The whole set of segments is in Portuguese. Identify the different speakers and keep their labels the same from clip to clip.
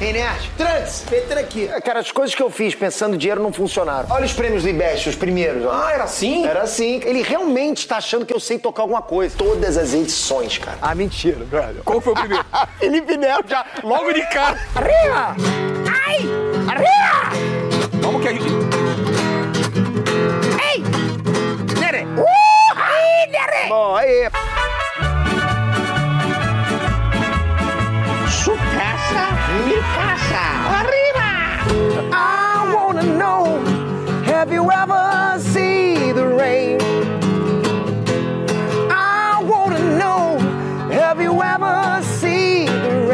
Speaker 1: Ei, Nerd, Trantz, Petra aqui. É, Cara, as coisas que eu fiz pensando em dinheiro não funcionaram. Olha os prêmios do IBEST, os primeiros. ó.
Speaker 2: Ah, era assim?
Speaker 1: Era assim. Ele realmente tá achando que eu sei tocar alguma coisa. Todas as edições, cara. Ah, mentira, velho.
Speaker 3: Qual foi o primeiro?
Speaker 1: Felipe Neto já.
Speaker 3: Logo de cara.
Speaker 4: Arriba! Ai! Arriba!
Speaker 3: Vamos que a gente...
Speaker 4: Ei! Nere! Uh! Ai, nere!
Speaker 1: Bom, aí.
Speaker 4: Su casa, mi casa! Arriba!
Speaker 1: I wanna know, have you ever seen the rain? I wanna know, have you ever seen the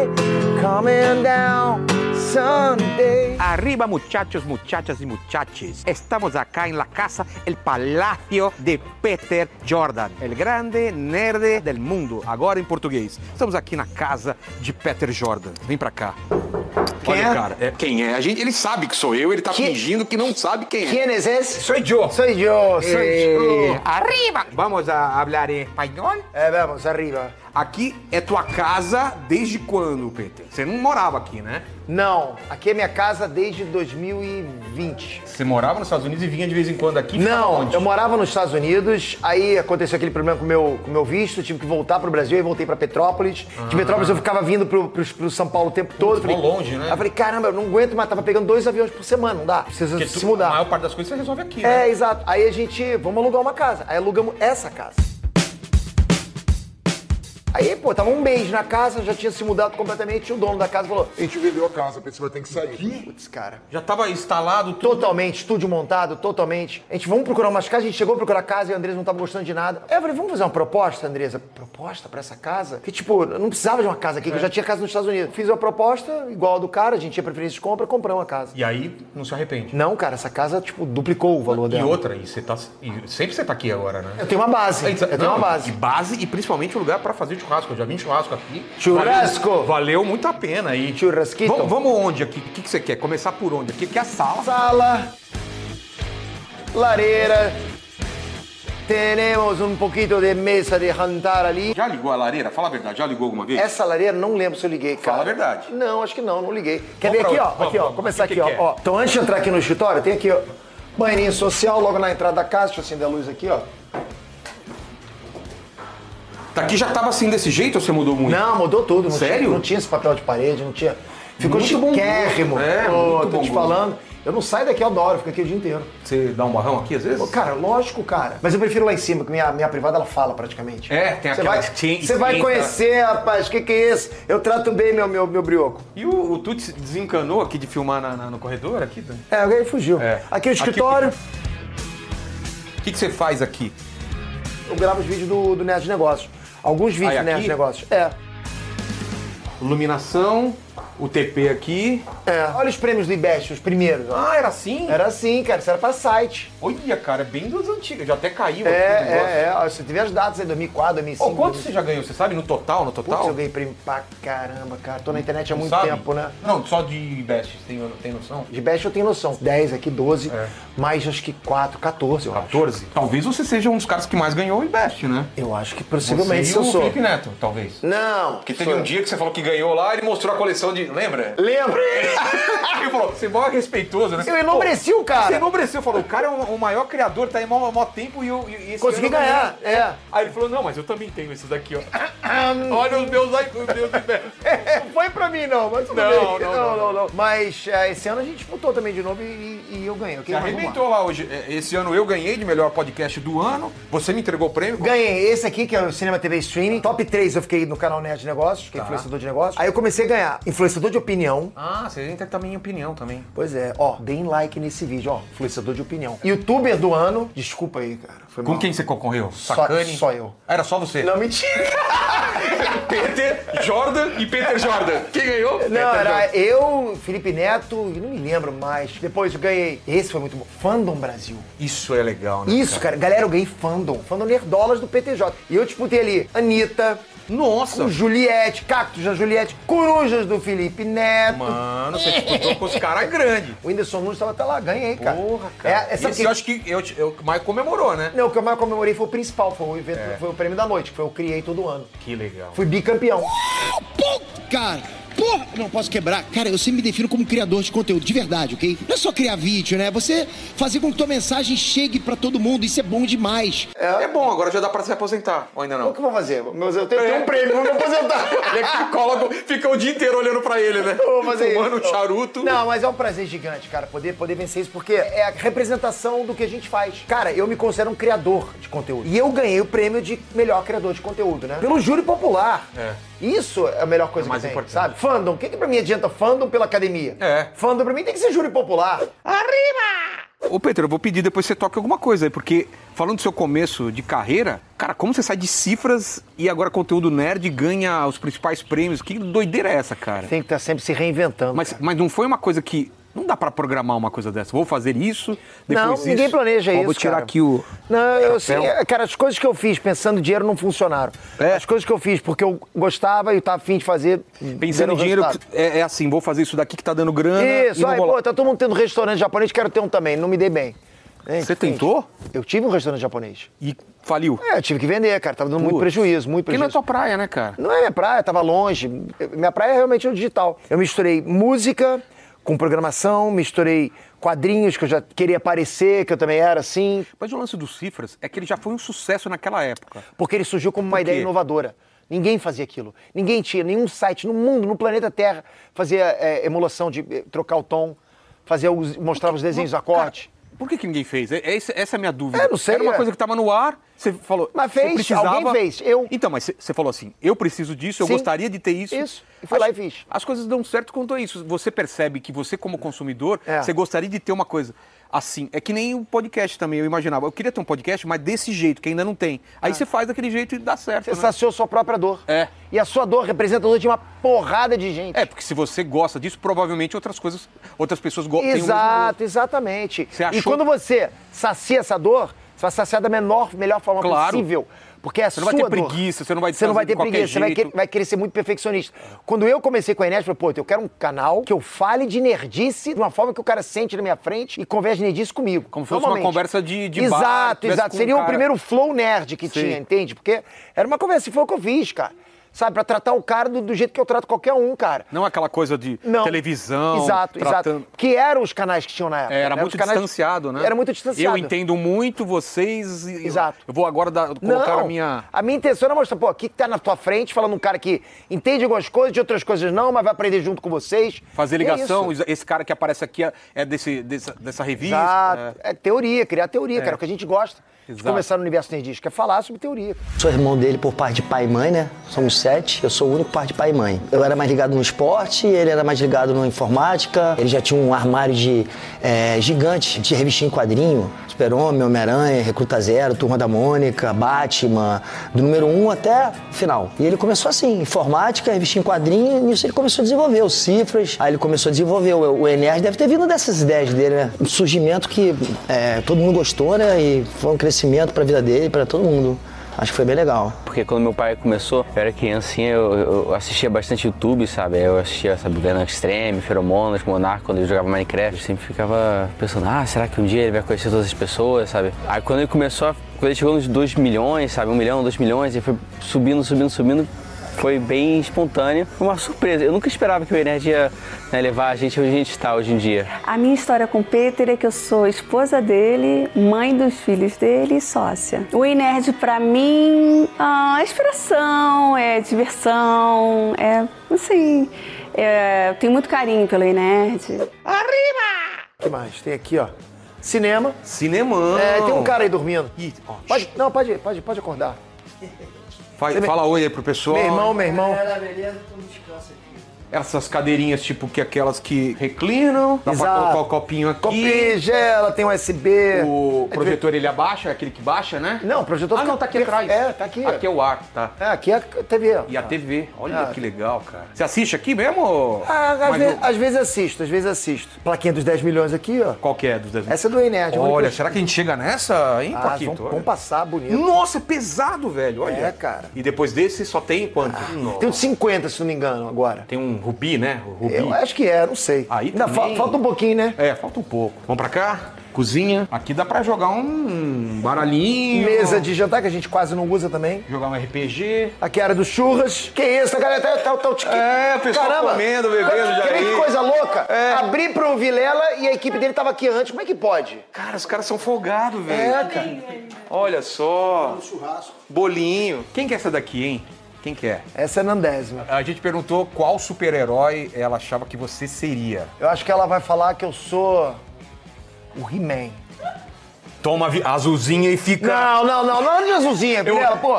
Speaker 1: rain coming down someday?
Speaker 3: Arriba, muchachos, muchachas y muchaches. Estamos acá en la casa, el palacio de Peter Jordan, el grande nerd del mundo, agora em português. Estamos aqui na casa de Peter Jordan. Vem pra cá. Olha,
Speaker 1: é?
Speaker 3: cara, é, quem é? A gente, ele sabe que sou eu, ele tá
Speaker 1: Que-
Speaker 3: fingindo que não sabe quem é.
Speaker 1: ¿Quién es ese? Eh.
Speaker 3: Sou eu.
Speaker 1: Soy yo, soy yo.
Speaker 3: arriba! Vamos a hablar em espanhol?
Speaker 1: Eh, vamos, arriba.
Speaker 3: Aqui é tua casa desde quando, Peter? Você não morava aqui, né?
Speaker 1: Não, aqui é minha casa desde 2020.
Speaker 3: Você morava nos Estados Unidos e vinha de vez em quando aqui? Ficava
Speaker 1: Não,
Speaker 3: onde?
Speaker 1: eu morava nos Estados Unidos, aí aconteceu aquele problema com o meu, com o meu visto, tive que voltar pro Brasil, aí voltei pra Petrópolis.
Speaker 3: Ah.
Speaker 1: De Petrópolis eu ficava vindo pro, pro, pro São Paulo o tempo todo.
Speaker 3: mó
Speaker 1: Falei,
Speaker 3: longe, né?
Speaker 1: Aí eu falei, caramba, eu não aguento mais, tava pegando dois aviões por semana, não dá, precisa
Speaker 3: Porque
Speaker 1: se
Speaker 3: tu-
Speaker 1: mudar.
Speaker 3: A maior parte das coisas você resolve aqui, né?
Speaker 1: É, exato. Aí a gente, vamos alugar uma casa. Aí alugamos essa casa. Aí, pô, tava um mês na casa, já tinha se mudado completamente, o dono da casa falou,
Speaker 5: A gente vendeu a casa, a pessoa tem que sair.
Speaker 1: putz, cara,
Speaker 3: Já tava instalado tudo.
Speaker 1: Totalmente, estúdio montado, totalmente. A gente, vamos procurar umas casas, a gente chegou a procurar casa e a Andresa não tava gostando de nada. Aí eu falei, vamos fazer uma proposta, Andresa? Proposta pra essa casa? Que tipo, eu não precisava de uma casa aqui, que eu já tinha casa nos Estados Unidos. Fiz uma proposta igual a do cara, a gente tinha preferência de compra, compramos uma casa.
Speaker 3: E aí, não se arrepende.
Speaker 1: Não, cara, essa casa, tipo, duplicou o valor
Speaker 3: E
Speaker 1: dela.
Speaker 3: outra, e você tá. e sempre você tá aqui agora, né?
Speaker 1: Eu tenho uma base,
Speaker 3: Exa-
Speaker 1: eu tenho uma
Speaker 3: não,
Speaker 1: base.
Speaker 3: E base e principalmente o lugar pra fazer churrasco. Eu já vim churrasco aqui.
Speaker 1: Churrasco!
Speaker 3: Valeu, valeu muito a pena aí.
Speaker 1: Churrasquito.
Speaker 3: Vamos, vamos onde aqui? O que, que você quer? Começar por onde aqui? Porque a sala.
Speaker 1: Sala, lareira, temos um pouquinho de mesa de jantar ali.
Speaker 3: Já ligou a lareira? Fala a verdade, já ligou alguma vez?
Speaker 1: Essa lareira não lembro se eu liguei, cara.
Speaker 3: Fala a verdade.
Speaker 1: Não, acho que não, não liguei. Quer
Speaker 3: Vamos
Speaker 1: ver
Speaker 3: pra
Speaker 1: aqui, ó?
Speaker 3: outra.
Speaker 1: aqui, ó.
Speaker 3: Vamos,
Speaker 1: Começar
Speaker 3: vamos.
Speaker 1: aqui,
Speaker 3: O
Speaker 1: ó.
Speaker 3: que que é?
Speaker 1: ó. Então, antes de entrar aqui no escritório, tem aqui, ó. Banheirinho social, logo na entrada da casa, deixa eu acender a luz aqui, ó.
Speaker 3: Daqui já tava assim desse jeito ou você mudou muito?
Speaker 1: Não, mudou tudo. Não
Speaker 3: Sério?
Speaker 1: Tinha, não tinha esse papel de parede, não tinha. Ficou
Speaker 3: Muito bom gosto.
Speaker 1: chiquérrimo.
Speaker 3: É,
Speaker 1: Ô,
Speaker 3: muito
Speaker 1: tô
Speaker 3: bom
Speaker 1: te
Speaker 3: gosto.
Speaker 1: falando. Eu não saio daqui, eu adoro, fico aqui o dia inteiro.
Speaker 3: Você dá um barrão aqui às vezes?
Speaker 1: Ô, Cara, lógico, cara. Mas eu prefiro lá em cima, que minha, minha privada ela fala praticamente.
Speaker 3: É, tem
Speaker 1: Você
Speaker 3: aquela
Speaker 1: vai,
Speaker 3: que te-
Speaker 1: você vai
Speaker 3: esquenta.
Speaker 1: conhecer, rapaz, o que, que é isso? Eu trato bem meu, meu, meu brioco.
Speaker 3: E o, o Tuti desencanou aqui de filmar na- na- no corredor aqui? Dan?
Speaker 1: É, alguém fugiu.
Speaker 3: É.
Speaker 1: Aqui no
Speaker 3: Aqui-
Speaker 1: escritório,
Speaker 3: O que, que você faz aqui?
Speaker 1: eu gravo os vídeos do, do Nerd de Negócios. Alguns vídeos
Speaker 3: Ah, é
Speaker 1: do Nerd
Speaker 3: aqui?
Speaker 1: de Negócios. É.
Speaker 3: Iluminação, o TP aqui.
Speaker 1: é. Olha os prêmios do IBEST, os primeiros. ó.
Speaker 3: Ah, era assim?
Speaker 1: Era assim, cara. Isso era pra site.
Speaker 3: Olha, cara, é bem das antigas. Já até caiu
Speaker 1: É,
Speaker 3: aqui o negócio.
Speaker 1: é, é. Ó, Você teve as datas aí, 2004, 2005.
Speaker 3: Ô, quanto você já ganhou? Você sabe? No total, no total?
Speaker 1: Putz, eu ganhei prêmio pra caramba, cara. Tô na internet há muito
Speaker 3: Sabe?
Speaker 1: tempo, né?
Speaker 3: Não, só de best, tem, tem noção?
Speaker 1: De best eu tenho noção. 10 aqui, 12,
Speaker 3: É.
Speaker 1: mais acho que 4, 14, eu acho.
Speaker 3: 14? Talvez você seja um dos caras que mais ganhou em best, né?
Speaker 1: Eu acho que
Speaker 3: Você
Speaker 1: possivelmente
Speaker 3: e
Speaker 1: eu
Speaker 3: o
Speaker 1: sou.
Speaker 3: Felipe Neto, talvez.
Speaker 1: Não.
Speaker 3: Porque teve um dia que você falou que ganhou lá, ele mostrou a coleção de... Lembra?
Speaker 1: Lembra?
Speaker 3: ele falou, você é mó respeitoso, né?
Speaker 1: Eu enobreci o cara.
Speaker 3: Você enobreceu, falou, o cara é o o maior criador, tá aí mó, mó tempo e, eu, e esse
Speaker 1: Consegui
Speaker 3: ano eu ganhei.
Speaker 1: ganhar, é.
Speaker 3: Aí ele falou, não, mas eu também tenho esses daqui, ó. Olha os meus aí, os meus e
Speaker 1: É. Não foi pra mim, não, mas tudo
Speaker 3: Não,
Speaker 1: bem.
Speaker 3: não, não,
Speaker 1: Mas é, esse ano a gente disputou também de novo e, e- e eu ganhei. ok?
Speaker 3: Você
Speaker 1: Mas vamos lá.
Speaker 3: arrebentou lá hoje. É, Esse ano eu ganhei de melhor podcast do ano. Você me entregou o prêmio.
Speaker 1: Ganhei esse aqui, que é o Cinema TV Streaming. Top 3 eu fiquei no canal Nerd de Negócios,
Speaker 3: Tá.
Speaker 1: que é influenciador de negócios. Aí eu comecei a ganhar influenciador de opinião.
Speaker 3: Ah, você entra também em opinião também.
Speaker 1: Pois é, ó, deem like nesse vídeo, ó. Influenciador de opinião. Youtuber do ano. Desculpa aí, cara. Foi
Speaker 3: Com
Speaker 1: mal.
Speaker 3: quem você concorreu?
Speaker 1: Só-
Speaker 3: Sacani?
Speaker 1: só eu.
Speaker 3: Era só você.
Speaker 1: Não, mentira.
Speaker 3: Peter Jordan e Peter Jordan. Quem ganhou?
Speaker 1: Não, era eu, Felipe Neto, e não me lembro mais. Depois eu ganhei. Esse foi muito bom. Fandom Brasil.
Speaker 3: Isso é legal, né?
Speaker 1: Isso, cara. Galera, eu ganhei fandom. Fandom Nerdolas do PTJ. E eu disputei ali Anitta,
Speaker 3: Nossa!
Speaker 1: com Juliette, Cactus da Juliette, Corujas do Felipe Neto.
Speaker 3: Mano, você disputou com os caras grandes.
Speaker 1: O Whindersson Nunes tava até lá, ganhei, cara.
Speaker 3: Porra, cara.
Speaker 1: É, é, sabe
Speaker 3: Esse
Speaker 1: que-
Speaker 3: eu acho que eu, eu, mas comemorou, né?
Speaker 1: Não, o que eu mais comemorei foi o principal, foi o evento,
Speaker 3: É.
Speaker 1: foi o prêmio da noite, que foi eu criei todo ano.
Speaker 3: Que legal.
Speaker 1: Fui bicampeão.
Speaker 4: Cara,
Speaker 2: Porra! Não posso quebrar. Cara, eu sempre me defino como criador de conteúdo, de verdade, ok? Não é só criar vídeo, né? Você fazer com que tua mensagem chegue pra todo mundo, isso é bom demais.
Speaker 3: É bom, agora já dá pra se aposentar. Ou ainda
Speaker 1: O
Speaker 3: não?
Speaker 1: que eu vou fazer? Meus- Eu tenho, eu tenho um prêmio, vou me aposentar.
Speaker 3: Ele é psicólogo, fica o dia inteiro olhando pra ele, né?
Speaker 1: Eu vou fazer
Speaker 3: Fumando
Speaker 1: é isso.
Speaker 3: um charuto.
Speaker 1: Não, mas é um prazer gigante, cara, poder, poder vencer isso, porque é a representação do que a gente faz. Cara, eu me considero um criador de conteúdo. E eu ganhei o prêmio de melhor criador de conteúdo, né? Pelo júri popular.
Speaker 3: É.
Speaker 1: Isso é a melhor coisa
Speaker 3: É mais
Speaker 1: que tem,
Speaker 3: importante.
Speaker 1: sabe? Fandom. O que, que pra mim adianta fandom pela academia?
Speaker 3: É.
Speaker 1: Fandom pra mim tem que ser júri popular.
Speaker 3: Ô, Pedro, eu vou pedir depois que você toque alguma coisa aí, porque falando do seu começo de carreira, cara, como você sai de cifras e agora conteúdo nerd ganha os principais prêmios? Que doideira é essa, cara?
Speaker 1: Tem que estar sempre se reinventando.
Speaker 3: Mas, mas não foi uma coisa que. Não dá pra programar uma coisa dessa. Vou fazer isso, depois
Speaker 1: não,
Speaker 3: isso.
Speaker 1: ninguém planeja
Speaker 3: Ó,
Speaker 1: isso.
Speaker 3: Vou tirar
Speaker 1: cara.
Speaker 3: aqui o.
Speaker 1: Não, eu assim,
Speaker 3: chapéu.
Speaker 1: é, cara, as coisas que eu fiz pensando em dinheiro não funcionaram.
Speaker 3: É.
Speaker 1: As coisas que eu fiz porque eu gostava e eu tava afim de fazer.
Speaker 3: Pensando
Speaker 1: deram
Speaker 3: em dinheiro,
Speaker 1: resultado.
Speaker 3: é, é assim, vou fazer isso daqui que tá dando grana. e
Speaker 1: Isso,
Speaker 3: não
Speaker 1: aí,
Speaker 3: vou lá.
Speaker 1: pô, tá todo mundo tendo restaurante japonês, quero ter um também, não me dei bem. É,
Speaker 3: Você
Speaker 1: enfim,
Speaker 3: tentou?
Speaker 1: Eu tive um restaurante japonês.
Speaker 3: E faliu.
Speaker 1: É, eu tive que vender, cara, tava dando muito
Speaker 3: Putz.
Speaker 1: prejuízo, muito
Speaker 3: Que não é
Speaker 1: prejuízo.
Speaker 3: tua praia, né, cara?
Speaker 1: Não é minha praia, tava longe. Eu- Minha praia é realmente o digital. Eu misturei música com programação, misturei quadrinhos que eu já queria aparecer, que eu também era assim,
Speaker 3: Mas o lance dos cifras é que ele já foi um sucesso naquela época.
Speaker 1: porque ele surgiu como uma
Speaker 3: Por quê?
Speaker 1: ideia inovadora. Ninguém fazia aquilo. Ninguém tinha, nenhum site no mundo, no planeta Terra, fazia é, emulação de eh, trocar o tom, fazia os, mostrava os desenhos, os acordes.
Speaker 3: Cara, por que, que ninguém fez? É- é esse- essa é a minha dúvida.
Speaker 1: É, não sei,
Speaker 3: Era uma
Speaker 1: é.
Speaker 3: coisa que estava no ar, você falou.
Speaker 1: Mas
Speaker 3: você
Speaker 1: fez,
Speaker 3: precisava...
Speaker 1: alguém fez, eu.
Speaker 3: Então, mas você- você falou assim: eu preciso disso, eu
Speaker 1: Sim.
Speaker 3: gostaria de ter isso.
Speaker 1: Isso, e fui lá e fiz.
Speaker 3: As coisas dão certo quanto a isso. Você percebe que você, como consumidor,
Speaker 1: É.
Speaker 3: você gostaria de ter uma coisa. Assim, é que nem o podcast também, eu imaginava. Eu queria ter um podcast, mas desse jeito, que ainda não tem. Aí você faz daquele jeito e dá certo.
Speaker 1: É. Você
Speaker 3: né?
Speaker 1: saciou sua própria dor.
Speaker 3: É.
Speaker 1: E a sua dor representa a dor de uma porrada de gente.
Speaker 3: É, porque se você gosta disso, provavelmente outras coisas, outras pessoas gostam.
Speaker 1: Exato, exatamente.
Speaker 3: um Você achou-
Speaker 1: E quando você sacia essa dor, você vai saciar da menor, melhor forma
Speaker 3: Claro.
Speaker 1: possível. Porque é
Speaker 3: Você
Speaker 1: sua
Speaker 3: não vai ter
Speaker 1: dor.
Speaker 3: preguiça, você não vai
Speaker 1: Você não vai
Speaker 3: fazer
Speaker 1: ter
Speaker 3: de qualquer
Speaker 1: preguiça, você vai,
Speaker 3: jeito.
Speaker 1: querer, vai querer ser muito perfeccionista. Quando eu comecei com a Inés, eu falei, pô, eu quero um canal que eu fale de nerdice de uma forma que o cara sente na minha frente e converse nerdice comigo.
Speaker 3: Como se fosse uma
Speaker 1: normalmente.
Speaker 3: conversa de- de bar,
Speaker 1: Exato,
Speaker 3: tivesse
Speaker 1: exato.
Speaker 3: com um
Speaker 1: Seria o
Speaker 3: cara.
Speaker 1: primeiro flow nerd que
Speaker 3: Sim.
Speaker 1: tinha, entende? Porque era uma conversa, e foi o que eu fiz, cara. Sabe, pra tratar o cara do, do jeito que eu trato qualquer um, cara.
Speaker 3: Não aquela coisa de
Speaker 1: Não.
Speaker 3: televisão.
Speaker 1: Exato,
Speaker 3: tratando... É,
Speaker 1: exato. Que eram os canais que tinham na época.
Speaker 3: Era
Speaker 1: né?
Speaker 3: muito
Speaker 1: Os canais-
Speaker 3: distanciado, né?
Speaker 1: Era muito distanciado.
Speaker 3: Eu entendo muito vocês. e-
Speaker 1: Exato.
Speaker 3: Eu vou agora dar- colocar
Speaker 1: Não,
Speaker 3: a minha.
Speaker 1: a minha intenção era mostrar, pô, o que que tá na tua frente, falando um cara que entende algumas coisas, de outras coisas não, mas vai aprender junto com vocês.
Speaker 3: Fazer
Speaker 1: E é
Speaker 3: ligação.
Speaker 1: isso.
Speaker 3: Esse cara que aparece aqui é, é desse, dessa, dessa revista.
Speaker 1: Exato.
Speaker 3: é.
Speaker 1: É. teoria, criar teoria, cara, é o que a gente gosta. De
Speaker 3: Exato.
Speaker 1: começar no universo nerdístico, é falar sobre teoria.
Speaker 6: Sou irmão dele por parte de pai e mãe, né? Somos sete. Eu sou o único par de pai e mãe. Eu era mais ligado no esporte, ele era mais ligado na informática. Ele já tinha um armário de eh, gigante de revistinha em quadrinho. Super-Homem, Homem-Aranha, Recruta Zero, Turma da Mônica, Batman, do número um até o final. E ele começou assim, informática, revistinha em quadrinho, e nisso ele começou a desenvolver os cifras. Aí ele começou a desenvolver. O o Enes deve ter vindo dessas ideias dele, né? Um surgimento que eh, todo mundo gostou, né? E foi um crescimento pra vida dele, pra todo mundo. Acho que foi bem legal.
Speaker 7: Porque quando meu pai começou, eu era criancinha, eu, eu assistia bastante YouTube, sabe? Eu assistia, sabe, Gana Extreme, Feromonas, Monarca, quando ele jogava Minecraft. Eu sempre ficava pensando, ah, será que um dia ele vai conhecer todas as pessoas, sabe? Aí quando ele começou, a- quando ele chegou nos 2 milhões, sabe? 1 milhão, 2 milhões, ele foi subindo, subindo, subindo. Foi bem espontâneo, foi uma surpresa. Eu nunca esperava que o Energia ia né, levar a gente onde a gente está hoje em dia.
Speaker 8: A minha história com o Peter é que eu sou esposa dele, mãe dos filhos dele e sócia. O Inerd pra mim ah, é inspiração, é diversão, é assim. É, eu tenho muito carinho pelo Inerd.
Speaker 1: O que mais? Tem aqui, ó. Cinema.
Speaker 3: Cinemão.
Speaker 1: É, tem um cara aí dormindo.
Speaker 3: Ih, ó,
Speaker 1: Pode, não, pode, pode, pode acordar.
Speaker 3: Fa- Fala oi aí pro pessoal.
Speaker 1: Meu irmão, meu irmão.
Speaker 3: Essas cadeirinhas, tipo, que aquelas que reclinam. Dá pra
Speaker 1: Exato.
Speaker 3: colocar o copinho aqui.
Speaker 1: Copia, gela, tem um USB.
Speaker 3: O projetor ele abaixa, é aquele que baixa, né?
Speaker 1: Não, o projetor
Speaker 3: Ah,
Speaker 1: fica
Speaker 3: não, tá aqui
Speaker 1: perfe-
Speaker 3: atrás.
Speaker 1: É, tá aqui.
Speaker 3: Aqui é o ar, tá.
Speaker 1: É, aqui é a TV. ó.
Speaker 3: E a TV. Olha
Speaker 1: Ah.
Speaker 3: que legal, cara. Você assiste aqui mesmo?
Speaker 1: Ah, às,
Speaker 3: Mas
Speaker 1: ve-
Speaker 3: o-
Speaker 1: às vezes assisto, às vezes assisto. Plaquinha dos 10 milhões aqui, ó.
Speaker 3: Qual que é dos 10
Speaker 1: Essa é do Ei Nerd.
Speaker 3: Olha,
Speaker 1: única-
Speaker 3: será que a gente chega nessa, hein,
Speaker 1: ah,
Speaker 3: Paquito?
Speaker 1: vamos,
Speaker 3: Olha.
Speaker 1: vamos passar bonito.
Speaker 3: Nossa, é pesado, velho. Olha.
Speaker 1: É, cara. Ah, um
Speaker 3: E depois desse só tem quanto? Nossa.
Speaker 1: Tem uns 50, Hum, se não me engano, agora.
Speaker 3: Tem um um rubi, né? O rubi.
Speaker 1: Eu acho que é, não sei.
Speaker 3: Aí
Speaker 1: Ainda
Speaker 3: também-
Speaker 1: fa- falta um pouquinho, né?
Speaker 3: É, falta um pouco. Vamos pra cá? Cozinha. Aqui dá pra jogar um baralhinho.
Speaker 1: Mesa de jantar que a gente quase não usa também.
Speaker 3: Jogar um RPG.
Speaker 1: Aqui é a área dos churras. Que isso, a galera tá, tá, tá, tá
Speaker 3: É, o pessoal comendo, bebendo já
Speaker 1: Que
Speaker 3: aí. É.
Speaker 1: coisa louca. Abri pro Vilela e a equipe dele tava aqui antes. Como é que pode?
Speaker 3: Cara, os caras são folgados, velho.
Speaker 1: É, cara.
Speaker 3: Olha só. Bolinho. Quem que é essa daqui, hein? Quem que é?
Speaker 1: Essa é a nandésima.
Speaker 3: A gente perguntou qual super-herói ela achava que você seria.
Speaker 1: Eu acho que ela vai falar que eu sou o He-Man.
Speaker 3: Toma vi- azulzinha e fica.
Speaker 1: Não, não, não, não é de azulzinha, Vilela, pô.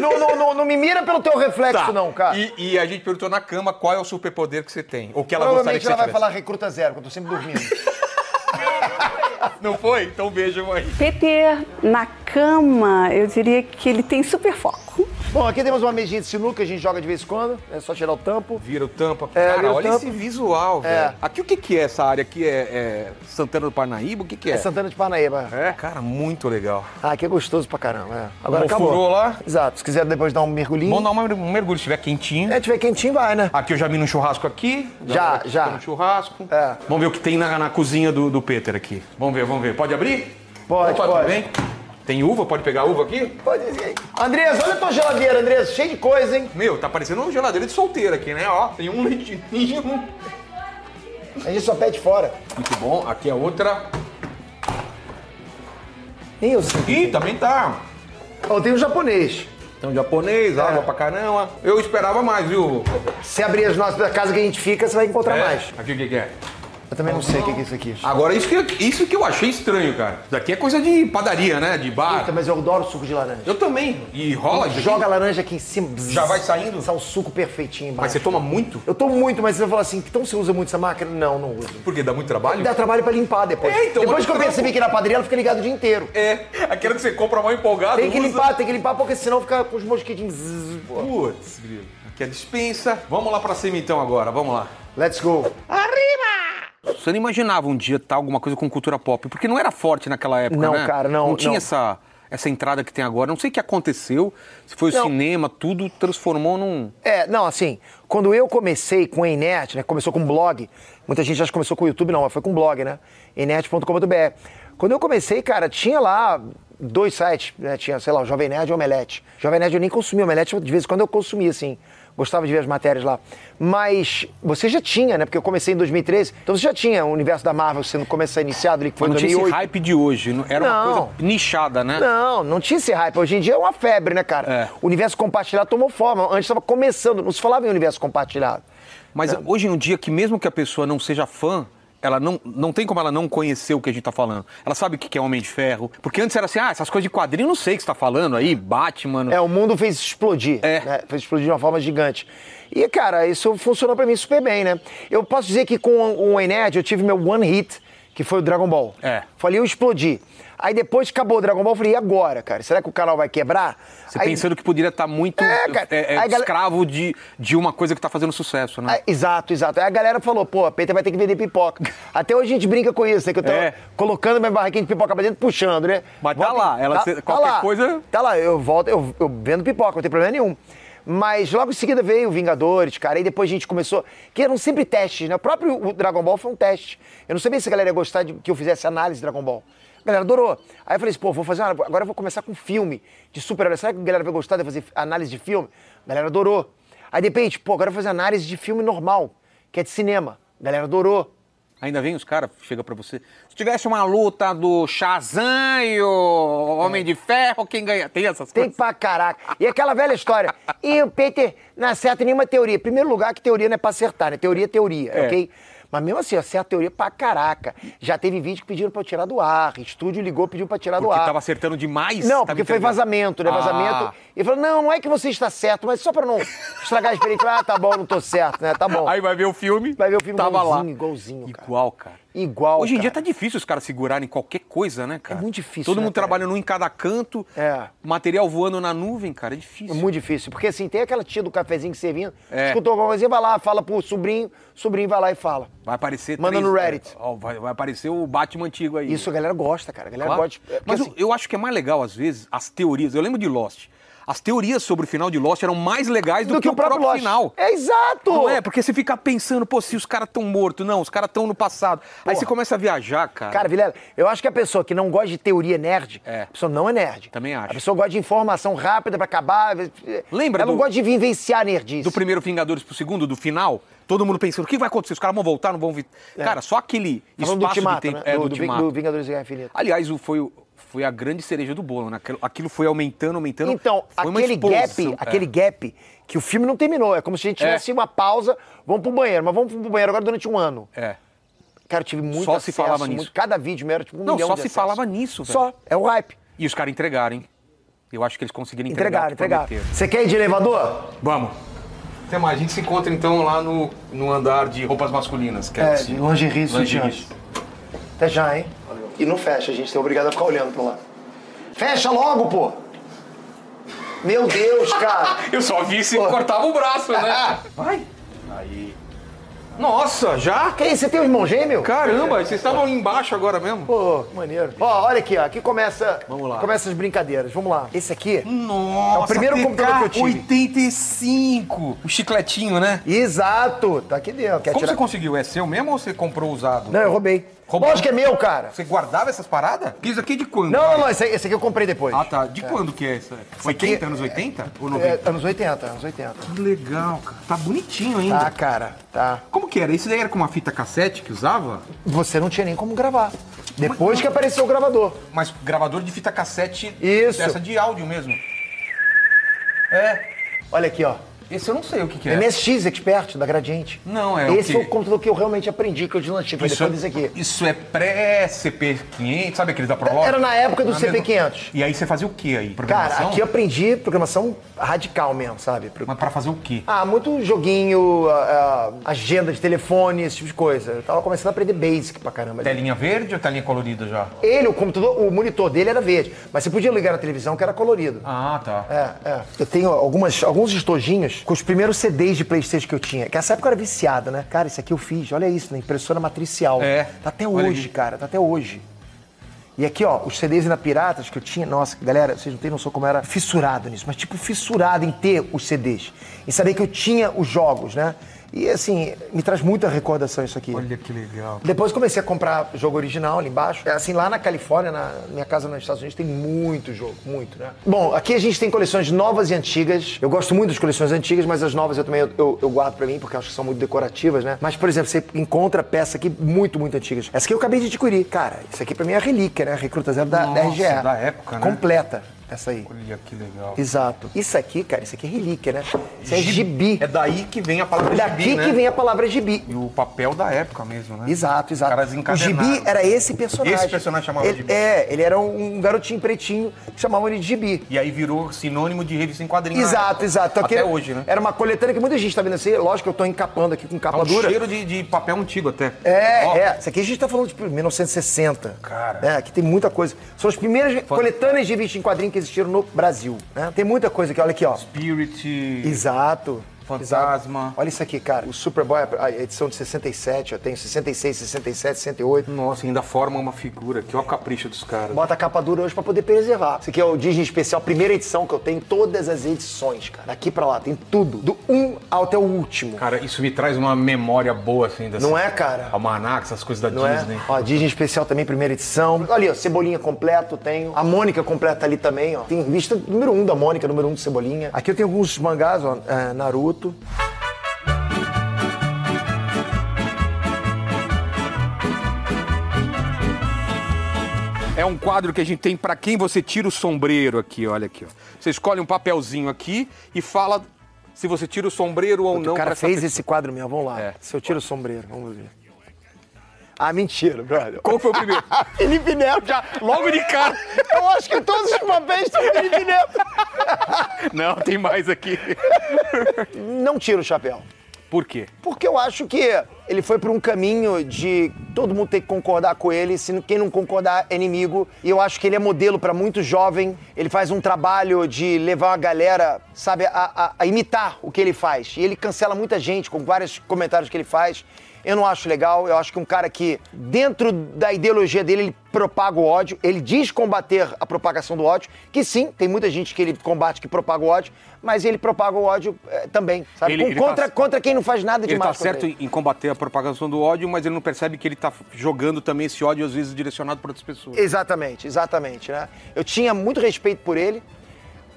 Speaker 1: não, não, não, não me mira pelo teu reflexo,
Speaker 3: Tá.
Speaker 1: não, cara.
Speaker 3: E, e a gente perguntou na cama qual é o superpoder que você tem. Ou que ela
Speaker 1: Provavelmente
Speaker 3: gostaria que você
Speaker 1: ela vai
Speaker 3: tivesse.
Speaker 1: falar recruta zero, que eu tô sempre dormindo.
Speaker 3: Não foi? Então beijo, mãe.
Speaker 8: Peter, na cama, eu diria que ele tem super foco.
Speaker 1: Bom, aqui temos uma mesinha de sinuca que a gente joga de vez em quando. É só tirar o tampo.
Speaker 3: Vira o tampa.
Speaker 1: É, vira
Speaker 3: Cara,
Speaker 1: o
Speaker 3: olha
Speaker 1: tampo.
Speaker 3: esse visual,
Speaker 1: É.
Speaker 3: velho. Aqui o que, que é essa área aqui? É, é Santana do Parnaíba? O que, que é?
Speaker 1: É Santana de Parnaíba.
Speaker 3: É? Cara, muito legal.
Speaker 1: Ah, aqui é gostoso pra caramba. É. Agora
Speaker 3: Bom, furou
Speaker 1: acabou.
Speaker 3: lá?
Speaker 1: Exato. Se quiser depois dar um mergulhinho.
Speaker 3: Vamos dar uma- um mergulho, se estiver quentinho.
Speaker 1: É, tiver quentinho, vai, né?
Speaker 3: Aqui eu já vi no churrasco aqui.
Speaker 1: Já,
Speaker 3: Dá pra-
Speaker 1: já.
Speaker 3: tá No churrasco.
Speaker 1: É.
Speaker 3: Vamos ver o que tem na, na cozinha do, do Peter aqui. Vamos ver, vamos ver. Pode abrir?
Speaker 1: Pode,
Speaker 3: Opa,
Speaker 1: pode.
Speaker 3: tudo bem? Tem uva? Pode pegar uva aqui?
Speaker 1: Pode ir. Andresa, olha a tua geladeira, Andresa. Cheio de coisa, hein?
Speaker 3: Meu, tá parecendo uma geladeira de solteira aqui, né? Ó, tem um leitinho. Muito
Speaker 1: A gente só pede fora.
Speaker 3: bom. Aqui a outra.
Speaker 1: Ih, eu sei.
Speaker 3: Ih, também tá.
Speaker 1: Ó, tem um japonês.
Speaker 3: Então, japonês,
Speaker 1: É.
Speaker 3: água pra caramba. Eu esperava mais, viu?
Speaker 1: Se abrir as nossas da casa que a gente fica, você vai encontrar
Speaker 3: É?
Speaker 1: É mais.
Speaker 3: Aqui o que, que é?
Speaker 1: Eu também não sei o que que é isso aqui.
Speaker 3: Agora, isso que, isso que eu achei estranho, cara. Isso daqui é coisa de padaria, né? De bar.
Speaker 1: Eita, mas eu adoro suco de laranja.
Speaker 3: Eu também. E rola, isso aqui?
Speaker 1: Joga a laranja aqui em cima. bzz,
Speaker 3: Já vai saindo?
Speaker 1: Sai um suco perfeitinho
Speaker 3: Mas
Speaker 1: embaixo.
Speaker 3: você toma muito?
Speaker 1: Eu tomo muito, mas você fala assim, então você usa muito essa máquina? Não, não uso.
Speaker 3: Porque dá muito trabalho?
Speaker 1: Dá trabalho pra limpar depois.
Speaker 3: É, então,
Speaker 1: depois
Speaker 3: mas
Speaker 1: que eu
Speaker 3: eu
Speaker 1: percebi
Speaker 3: trampo.
Speaker 1: que na padaria ela fica ligada o dia inteiro.
Speaker 3: É, aquela que você compra mal empolgado.
Speaker 1: Tem que
Speaker 3: usa.
Speaker 1: limpar, tem que limpar, porque senão fica com os mosquitinhos. zzz, pô.
Speaker 3: Putz, grilo. Aqui é a dispensa. Vamos lá pra cima então agora, vamos lá.
Speaker 1: Let's go.
Speaker 3: Você não imaginava um dia tal alguma coisa com cultura pop, porque não era forte naquela época,
Speaker 1: Não,
Speaker 3: né?
Speaker 1: cara, não,
Speaker 3: Não tinha
Speaker 1: não.
Speaker 3: essa essa entrada que tem agora. Não sei o que aconteceu, se foi o
Speaker 1: Não.
Speaker 3: cinema, tudo transformou num...
Speaker 1: É, não, assim, quando eu comecei com a Enet, né, começou com blog, muita gente acha que começou com o YouTube, não, mas foi com blog, né? Enet.com.br. Quando eu comecei, cara, tinha lá dois sites, né? Tinha, sei lá, o Jovem Nerd e o Omelete. Jovem Nerd eu nem consumia, Omelete de vez em quando eu consumia, assim. Gostava de ver as matérias lá. Mas você já tinha, né? Porque eu comecei em 2013, então você já tinha o universo da Marvel sendo começar iniciado ali, que foi
Speaker 3: Mas
Speaker 1: em
Speaker 3: não tinha esse
Speaker 1: 2008.
Speaker 3: hype né? de hoje. não- Era uma
Speaker 1: Não.
Speaker 3: coisa nichada, né?
Speaker 1: Não, não tinha esse hype. Hoje em dia é uma febre, né, cara?
Speaker 3: É.
Speaker 1: O universo compartilhado tomou forma. Antes estava começando, não se falava em universo compartilhado.
Speaker 3: Mas hoje em dia, que mesmo que a pessoa não seja fã, ela não, não tem como ela não conhecer o que a gente tá falando. Ela sabe o que que é Homem de Ferro. Porque antes era assim, ah, essas coisas de quadrinho, não sei o que você tá falando aí, Batman.
Speaker 1: É, o mundo fez explodir.
Speaker 3: É.
Speaker 1: né? Fez explodir de uma forma gigante. E, cara, isso funcionou pra mim super bem, né? Eu posso dizer que com o Ened eu tive meu one hit, que foi o Dragon Ball.
Speaker 3: É.
Speaker 1: Falei, eu explodi. Aí depois que acabou o Dragon Ball, eu falei, e agora, cara? Será que o canal vai quebrar?
Speaker 3: Você
Speaker 1: Aí-
Speaker 3: pensando que poderia estar muito
Speaker 1: É, cara.
Speaker 3: é, é,
Speaker 1: Aí, galera-
Speaker 3: escravo de, de uma coisa que tá fazendo sucesso, né?
Speaker 1: Ah, exato, exato. Aí a galera falou, pô, a Peter vai ter que vender pipoca. Até hoje a gente brinca com isso, né? Que eu tô
Speaker 3: É.
Speaker 1: colocando minha barraquinha de pipoca pra dentro, puxando, né?
Speaker 3: Mas tá lá, ela- cê- qualquer
Speaker 1: lá,
Speaker 3: coisa-
Speaker 1: Tá lá, eu volto, eu, eu vendo pipoca, não tem problema nenhum. Mas logo em seguida veio o Vingadores, cara, e depois a gente começou. Que eram sempre testes, né? O próprio o Dragon Ball foi um teste. Eu não sabia se a galera ia gostar de que eu fizesse análise de Dragon Ball. A galera adorou. Aí eu falei assim, pô, vou fazer uma, agora eu vou começar com filme de super-herói. Será que a galera vai gostar de eu fazer análise de filme? A galera adorou. Aí de repente, pô, agora eu vou fazer análise de filme normal, que é de cinema. A galera adorou.
Speaker 3: Ainda vem os caras, chega pra você. Se tivesse uma luta do Shazam e o Homem de Ferro, quem ganha? Tem essas
Speaker 1: Tem
Speaker 3: coisas?
Speaker 1: pra caraca. E aquela velha história. E o Peter não acerta nenhuma teoria. Primeiro lugar, que teoria não é pra acertar, né? Teoria é teoria,
Speaker 3: É.
Speaker 1: ok? Mas mesmo assim, eu acerto teoria pra caraca. Já teve vídeo que pediram pra eu tirar do ar. Estúdio ligou, pediu pra tirar do
Speaker 3: Porque
Speaker 1: ar.
Speaker 3: tava acertando demais?
Speaker 1: Não,
Speaker 3: tava
Speaker 1: porque foi
Speaker 3: entregando.
Speaker 1: vazamento, né?
Speaker 3: Ah.
Speaker 1: Vazamento. E falou, não, não é que você está certo, mas só pra não estragar a experiência. Ah, tá bom, não tô certo, né? Tá bom.
Speaker 3: Ah. Aí vai ver o filme.
Speaker 1: Vai ver o filme
Speaker 3: tava lá.
Speaker 1: igualzinho, igualzinho, cara.
Speaker 3: Igual, cara.
Speaker 1: Igual,
Speaker 3: Hoje em dia tá
Speaker 1: cara.
Speaker 3: difícil os caras segurarem qualquer coisa, né, cara?
Speaker 1: muito difícil,
Speaker 3: Todo
Speaker 1: né,
Speaker 3: mundo
Speaker 1: cara?
Speaker 3: trabalhando um em cada canto.
Speaker 1: É.
Speaker 3: Material voando na nuvem, cara, é difícil.
Speaker 1: É muito difícil, porque assim, tem aquela tia do cafezinho que servindo,
Speaker 3: É.
Speaker 1: escutou alguma coisinha, vai lá, fala pro sobrinho, sobrinho vai lá e fala.
Speaker 3: Vai aparecer.
Speaker 1: Manda
Speaker 3: três- é,
Speaker 1: no Reddit.
Speaker 3: Ó, vai, vai aparecer o Batman antigo aí.
Speaker 1: Isso a galera gosta, cara. A galera
Speaker 3: Claro.
Speaker 1: gosta. de- porque,
Speaker 3: Mas eu-
Speaker 1: é assim,
Speaker 3: eu acho que é mais legal, às vezes, as teorias. Eu lembro de Lost. as teorias sobre o final de Lost eram mais legais do, que, o próprio,
Speaker 1: Lost.
Speaker 3: final.
Speaker 1: É exato!
Speaker 3: Não é, porque você fica pensando, pô, se os caras estão mortos, não, os caras estão no passado. Aí você começa a viajar, cara.
Speaker 1: Cara, Vilela, eu acho que a pessoa que não gosta de teoria nerd,
Speaker 3: É.
Speaker 1: a pessoa não é nerd.
Speaker 3: Também acho.
Speaker 1: A pessoa gosta de informação rápida pra acabar. eh,
Speaker 3: Lembra
Speaker 1: Ela
Speaker 3: do-
Speaker 1: não gosta de vivenciar nerdice.
Speaker 3: do primeiro Vingadores pro segundo, do final, todo mundo pensando, o que vai acontecer? Os caras vão voltar, não vão... vi-" Cara, só aquele
Speaker 1: É. Tá
Speaker 3: espaço
Speaker 1: falando do
Speaker 3: de
Speaker 1: Ultimato,
Speaker 3: tempo...
Speaker 1: né?
Speaker 3: É, do,
Speaker 1: do, do,
Speaker 3: ultimato.
Speaker 1: do Vingadores e Guerra Infinita.
Speaker 3: Aliás, o- foi, o- foi a grande cereja do bolo, né? Aquilo- Aquilo foi aumentando, aumentando.
Speaker 1: Então,
Speaker 3: foi uma
Speaker 1: aquele
Speaker 3: explosão.
Speaker 1: gap,
Speaker 3: É.
Speaker 1: aquele gap que o filme não terminou. É como se a gente tivesse uma pausa, vamos pro banheiro, mas vamos pro banheiro agora durante um ano.
Speaker 3: É.
Speaker 1: Cara, eu tive muito
Speaker 3: Só se
Speaker 1: acesso,
Speaker 3: falava
Speaker 1: muito-
Speaker 3: nisso.
Speaker 1: Cada vídeo era tipo um
Speaker 3: Não,
Speaker 1: milhão
Speaker 3: só
Speaker 1: de
Speaker 3: se
Speaker 1: acessos.
Speaker 3: falava nisso, velho.
Speaker 1: Só, é o hype.
Speaker 3: E os caras entregaram, hein? Eu acho que eles conseguiram entregar.
Speaker 1: Entregaram, entregaram.
Speaker 3: o que prometeram.
Speaker 1: Você quer ir de elevador?
Speaker 3: Vamos. Até mais. A gente se encontra, então, lá no, no andar de roupas masculinas.
Speaker 1: É,
Speaker 3: Kelsey.
Speaker 1: de lingerie, sutiã.
Speaker 3: Lingerie.
Speaker 1: Até já, hein? E não fecha, a gente é obrigado a ficar olhando pra lá. Fecha logo, pô! Meu Deus, cara!
Speaker 3: Eu só vi se cortava o braço, né? Vai. Aí. Nossa, já?
Speaker 1: Que isso, você tem um irmão gêmeo?
Speaker 3: Caramba, vocês estavam ali embaixo agora mesmo.
Speaker 1: Pô, que maneiro. Ó, olha aqui, ó. Aqui começa,
Speaker 3: Vamos lá.
Speaker 1: começa as brincadeiras. Vamos lá. Esse aqui
Speaker 3: Nossa,
Speaker 1: é o primeiro
Speaker 3: TK
Speaker 1: computador que eu tive.
Speaker 3: 85. O chicletinho, né?
Speaker 1: Exato, tá aqui dentro. Quer
Speaker 3: Como
Speaker 1: tirar?
Speaker 3: você conseguiu? É seu mesmo ou você comprou usado?
Speaker 1: Não, eu roubei.
Speaker 3: Roubou?
Speaker 1: Lógico que é meu, cara.
Speaker 3: Você guardava essas paradas? Isso aqui é de quando?
Speaker 1: Não, não, não, esse, esse aqui eu comprei depois.
Speaker 3: Ah, tá. De quando que é isso? 80?
Speaker 1: aqui-
Speaker 3: Anos 80? Ou
Speaker 1: É,
Speaker 3: 90?
Speaker 1: anos 80, anos 80.
Speaker 3: Que legal, cara. Tá bonitinho ainda.
Speaker 1: Tá, cara, tá.
Speaker 3: Como que era? Isso daí era com uma fita cassete que usava?
Speaker 1: Você não tinha nem como gravar. Depois que apareceu o gravador.
Speaker 3: Mas gravador de fita cassete.
Speaker 1: Isso.
Speaker 3: Dessa de áudio mesmo. É.
Speaker 1: Olha aqui, ó.
Speaker 3: Esse eu não sei o que, que é.
Speaker 1: MSX Expert da Gradiente.
Speaker 3: Não, é o
Speaker 1: Esse
Speaker 3: quê?
Speaker 1: foi o computador que eu realmente aprendi, que eu tipo, deslanchei. Foi depois desse aqui.
Speaker 3: Isso é pré-CP500, sabe aquele da Prolog?
Speaker 1: Era na época do
Speaker 3: Na
Speaker 1: CP500.
Speaker 3: mesma- E aí você fazia o que aí? Programação?
Speaker 1: Cara, aqui eu aprendi programação radical mesmo, sabe? Pro-
Speaker 3: Mas pra fazer o quê?
Speaker 1: Ah, muito joguinho, ah, ah, agenda de telefone, esse tipo de coisa. Eu tava começando a aprender basic pra caramba.
Speaker 3: Telinha verde ou telinha colorida já?
Speaker 1: Ele, o computador, o monitor dele era verde, mas você podia ligar na televisão que era colorido.
Speaker 3: Ah, tá.
Speaker 1: É, é. Eu tenho algumas, alguns estojinhos com os primeiros CDs de Playstation que eu tinha. Que nessa época eu era viciado, né? Cara, isso aqui eu fiz, olha isso, na impressora matricial.
Speaker 3: É.
Speaker 1: Tá até
Speaker 3: Olha
Speaker 1: hoje,
Speaker 3: aqui.
Speaker 1: cara, tá até hoje. E aqui, ó, os CDs ainda piratas que eu tinha. Nossa, galera, vocês não têm noção como eu era fissurado nisso, mas tipo, fissurado em ter os CDs. Em saber que eu tinha os jogos, né? E assim, me traz muita recordação isso aqui.
Speaker 3: Olha que legal.
Speaker 1: Depois comecei a comprar jogo original ali embaixo. É Assim, lá na Califórnia, na minha casa nos Estados Unidos, tem muito jogo, muito, né? Bom, aqui a gente tem coleções novas e antigas. Eu gosto muito das coleções antigas, mas as novas eu também eu, eu- eu guardo pra mim, porque eu acho que são muito decorativas, né? Mas, por exemplo, você encontra peça aqui muito, muito antigas. Essa aqui eu acabei de adquirir. Cara, isso aqui pra mim é relíquia, né? Recruta Zero da, da
Speaker 3: Nossa,
Speaker 1: RGE.
Speaker 3: da época, né?
Speaker 1: Completa, essa aí.
Speaker 3: Olha que legal.
Speaker 1: Exato. Isso aqui, cara, isso aqui é relíquia, né? Isso é gibi.
Speaker 3: É daí que vem a palavra
Speaker 1: Daqui
Speaker 3: gibi, né?
Speaker 1: que vem a palavra gibi.
Speaker 3: E o papel da época mesmo, né?
Speaker 1: Exato, exato.
Speaker 3: Caras
Speaker 1: o
Speaker 3: encadenados.
Speaker 1: Gibi é- era esse personagem.
Speaker 3: Esse personagem chamava
Speaker 1: ele,
Speaker 3: Gibi.
Speaker 1: É, ele era um um garotinho pretinho que chamavam ele de Gibi.
Speaker 3: E aí virou sinônimo de revista em quadrinhos.
Speaker 1: Exato, exato. Então,
Speaker 3: Ah, Até
Speaker 1: aquele-
Speaker 3: hoje, né?
Speaker 1: Era uma coletânea que muita gente tá vendo assim. Lógico que eu tô encapando aqui com capa
Speaker 3: Tá um
Speaker 1: dura.
Speaker 3: cheiro de, de papel antigo até.
Speaker 1: É,
Speaker 3: Ó,
Speaker 1: é. Isso aqui a gente tá falando de tipo, 1960.
Speaker 3: Cara.
Speaker 1: É, aqui tem muita coisa. São as primeiras coletâneas de revista em quadrinho que existiram no Brasil. né? Tem muita coisa aqui, olha aqui, ó.
Speaker 3: Spirit.
Speaker 1: Exato.
Speaker 3: Fantasma.
Speaker 1: Exato. Olha isso aqui, cara. O Superboy, a edição de 67, eu tenho 66, 67, 68.
Speaker 3: Nossa, ainda forma uma figura. Que ó, o capricho dos caras.
Speaker 1: Bota a capa dura hoje pra poder preservar. Isso aqui é o Disney Especial, primeira edição que eu tenho, todas as edições, cara. Daqui pra lá, tem tudo. Do um até o último.
Speaker 3: Cara, isso me traz uma memória boa, assim, dessa.
Speaker 1: Não é, cara?
Speaker 3: Almanac, essas coisas da
Speaker 1: Não é?
Speaker 3: Disney.
Speaker 1: Ó, Disney Especial também, primeira edição. Ali, ó, Cebolinha completo, tenho. A Mônica completa ali também, ó. Tem revista número um da Mônica, número um do Cebolinha. Aqui eu tenho alguns mangás, ó. é, Naruto.
Speaker 3: É um quadro que a gente tem pra quem você tira o sombreiro aqui, olha aqui, ó. Você escolhe um papelzinho aqui e fala se você tira o sombreiro ou não.
Speaker 1: o
Speaker 3: pra
Speaker 1: cara
Speaker 3: essa
Speaker 1: fez
Speaker 3: pessoa.
Speaker 1: esse quadro mesmo, vamos lá.
Speaker 3: É.
Speaker 1: Se eu tiro o sombreiro, vamos ver. Ah, mentira, brother.
Speaker 3: Qual foi o primeiro?
Speaker 1: Felipe Neto já.
Speaker 3: Logo de cara.
Speaker 1: Eu acho que todos os papéis são Felipe Neto.
Speaker 3: Não, tem mais aqui.
Speaker 1: Não tiro o chapéu.
Speaker 3: Por quê?
Speaker 1: Porque eu acho que ele foi por um caminho de Todo mundo tem que concordar com ele, se quem não concordar é inimigo. E eu acho que ele é modelo para muito jovem. Ele faz um trabalho de levar a galera, sabe, a, a- a imitar o que ele faz. E ele cancela muita gente com vários comentários que ele faz. Eu não acho legal, eu acho que um cara que, dentro da ideologia dele, ele propaga o ódio, ele diz combater a propagação do ódio, que sim, tem muita gente que ele combate que propaga o ódio, mas ele propaga o ódio eh, também, sabe?
Speaker 3: Ele-
Speaker 1: Com-
Speaker 3: ele tá
Speaker 1: contra,
Speaker 3: c-
Speaker 1: contra quem não faz nada
Speaker 3: Ele
Speaker 1: demais.
Speaker 3: tá certo em combater a propagação do ódio, mas ele não percebe que ele tá jogando também esse ódio, às vezes, direcionado para outras pessoas.
Speaker 1: Exatamente, exatamente, né? Eu tinha muito respeito por ele.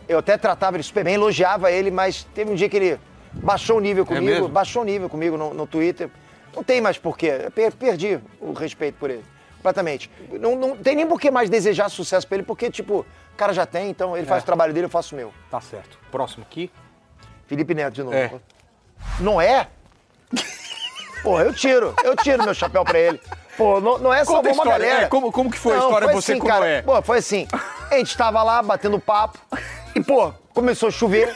Speaker 1: Eu até tratava ele super bem, elogiava ele, mas teve um dia que ele baixou o nível comigo,
Speaker 3: É mesmo?
Speaker 1: baixou o nível comigo no, no Twitter. Não tem mais porquê. Eu per- perdi o respeito por ele. Completamente. Não, não tem nem porquê mais desejar sucesso pra ele, porque, tipo, o cara já tem, então ele
Speaker 3: É.
Speaker 1: faz o trabalho dele, eu faço o meu.
Speaker 3: Tá certo. Próximo aqui.
Speaker 1: Felipe Neto de novo.
Speaker 3: É.
Speaker 1: Não é? Pô, eu tiro, eu tiro meu chapéu pra ele. Pô, não, não é só
Speaker 3: Conta
Speaker 1: uma
Speaker 3: a história,
Speaker 1: galera.
Speaker 3: é, como- como que foi a história,
Speaker 1: foi
Speaker 3: você
Speaker 1: assim,
Speaker 3: como
Speaker 1: cara.
Speaker 3: é?
Speaker 1: Pô, foi assim. A gente tava lá batendo papo e, pô, começou a chover.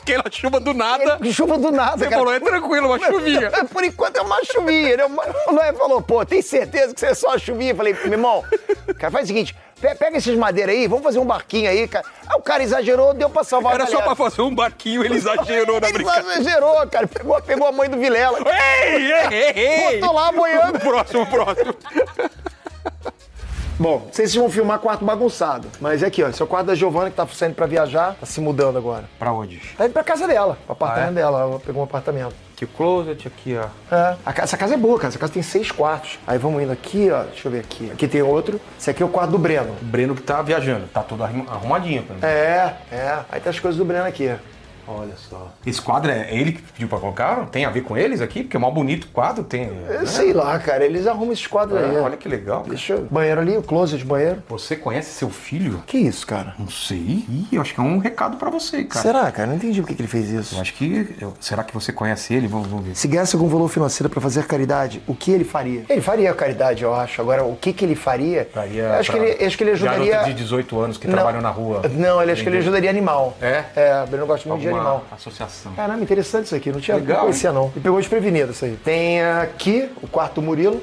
Speaker 3: Aquela chuva do nada.
Speaker 1: Ele- chuva do nada,
Speaker 3: Você
Speaker 1: cara.
Speaker 3: falou, é tranquilo, uma chuvinha.
Speaker 1: Por enquanto é uma chuvinha, né? O Noé falou, pô, tem certeza que você é só uma chuvinha? Eu falei, meu irmão, cara, faz o seguinte, pe- pega esses madeiras aí, vamos fazer um barquinho aí, cara. Aí o cara exagerou, deu pra salvar
Speaker 3: Era
Speaker 1: a
Speaker 3: só
Speaker 1: galera.
Speaker 3: pra fazer um barquinho, ele exagerou na
Speaker 1: Ele
Speaker 3: brincadeira.
Speaker 1: exagerou, cara. Pegou, pegou a mãe do Vilela.
Speaker 3: Ei, ei, ei, ei!
Speaker 1: Botou lá boiando.
Speaker 3: Próximo, próximo.
Speaker 1: Bom, não sei se vocês vão filmar quarto bagunçado, mas é aqui, ó. Esse é o quarto da Giovana que tá saindo pra viajar, tá se mudando agora.
Speaker 3: Pra onde?
Speaker 1: Tá indo pra casa dela, pro apartamento dela. Ela pegou um apartamento.
Speaker 3: Aqui o closet, aqui, ó.
Speaker 1: É. A ca- Essa casa é boa, cara. Essa casa tem seis quartos. Aí vamos indo aqui, ó. Deixa eu ver aqui. Aqui tem outro. Esse aqui é o quarto do Breno.
Speaker 3: Breno que tá viajando. Tá todo arrum- arrumadinho pra mim.
Speaker 1: É, é. Aí tá as coisas do Breno aqui.
Speaker 3: Olha só. Esse quadro é ele que pediu pra colocar? Tem a ver com eles aqui? Porque é mó bonito quadro, tem. Né? Ah,
Speaker 1: Eu sei lá, cara. Eles arrumam esses quadros aí. ó.
Speaker 3: Olha que legal. cara.
Speaker 1: Deixa eu... Banheiro ali, o closet, banheiro.
Speaker 3: Você conhece seu filho?
Speaker 1: Que isso, cara?
Speaker 3: Não sei. Ih, eu acho que é um recado pra você, cara.
Speaker 1: Será, cara? Não entendi por que que ele fez isso.
Speaker 3: Eu acho que. eu- será que você conhece ele? Vamos, vamos ver.
Speaker 1: Se ganhasse algum valor financeiro pra fazer caridade, o que ele faria? Ele faria caridade, eu acho. Agora, o que, que ele faria?
Speaker 3: Faria
Speaker 1: acho, que
Speaker 3: pra
Speaker 1: ele, acho que ele ajudaria.
Speaker 3: garoto de 18 anos que trabalham na rua.
Speaker 1: Não, ele acho que ele
Speaker 3: Entendeu?
Speaker 1: ajudaria animal.
Speaker 3: É?
Speaker 1: É, eu não gosto muito de
Speaker 3: Alguma
Speaker 1: animal.
Speaker 3: Associação.
Speaker 1: Caramba, interessante isso aqui. Não tinha
Speaker 3: Legal,
Speaker 1: não conhecia, não. Me pegou desprevenido isso aí. Tem aqui o quarto do Murilo.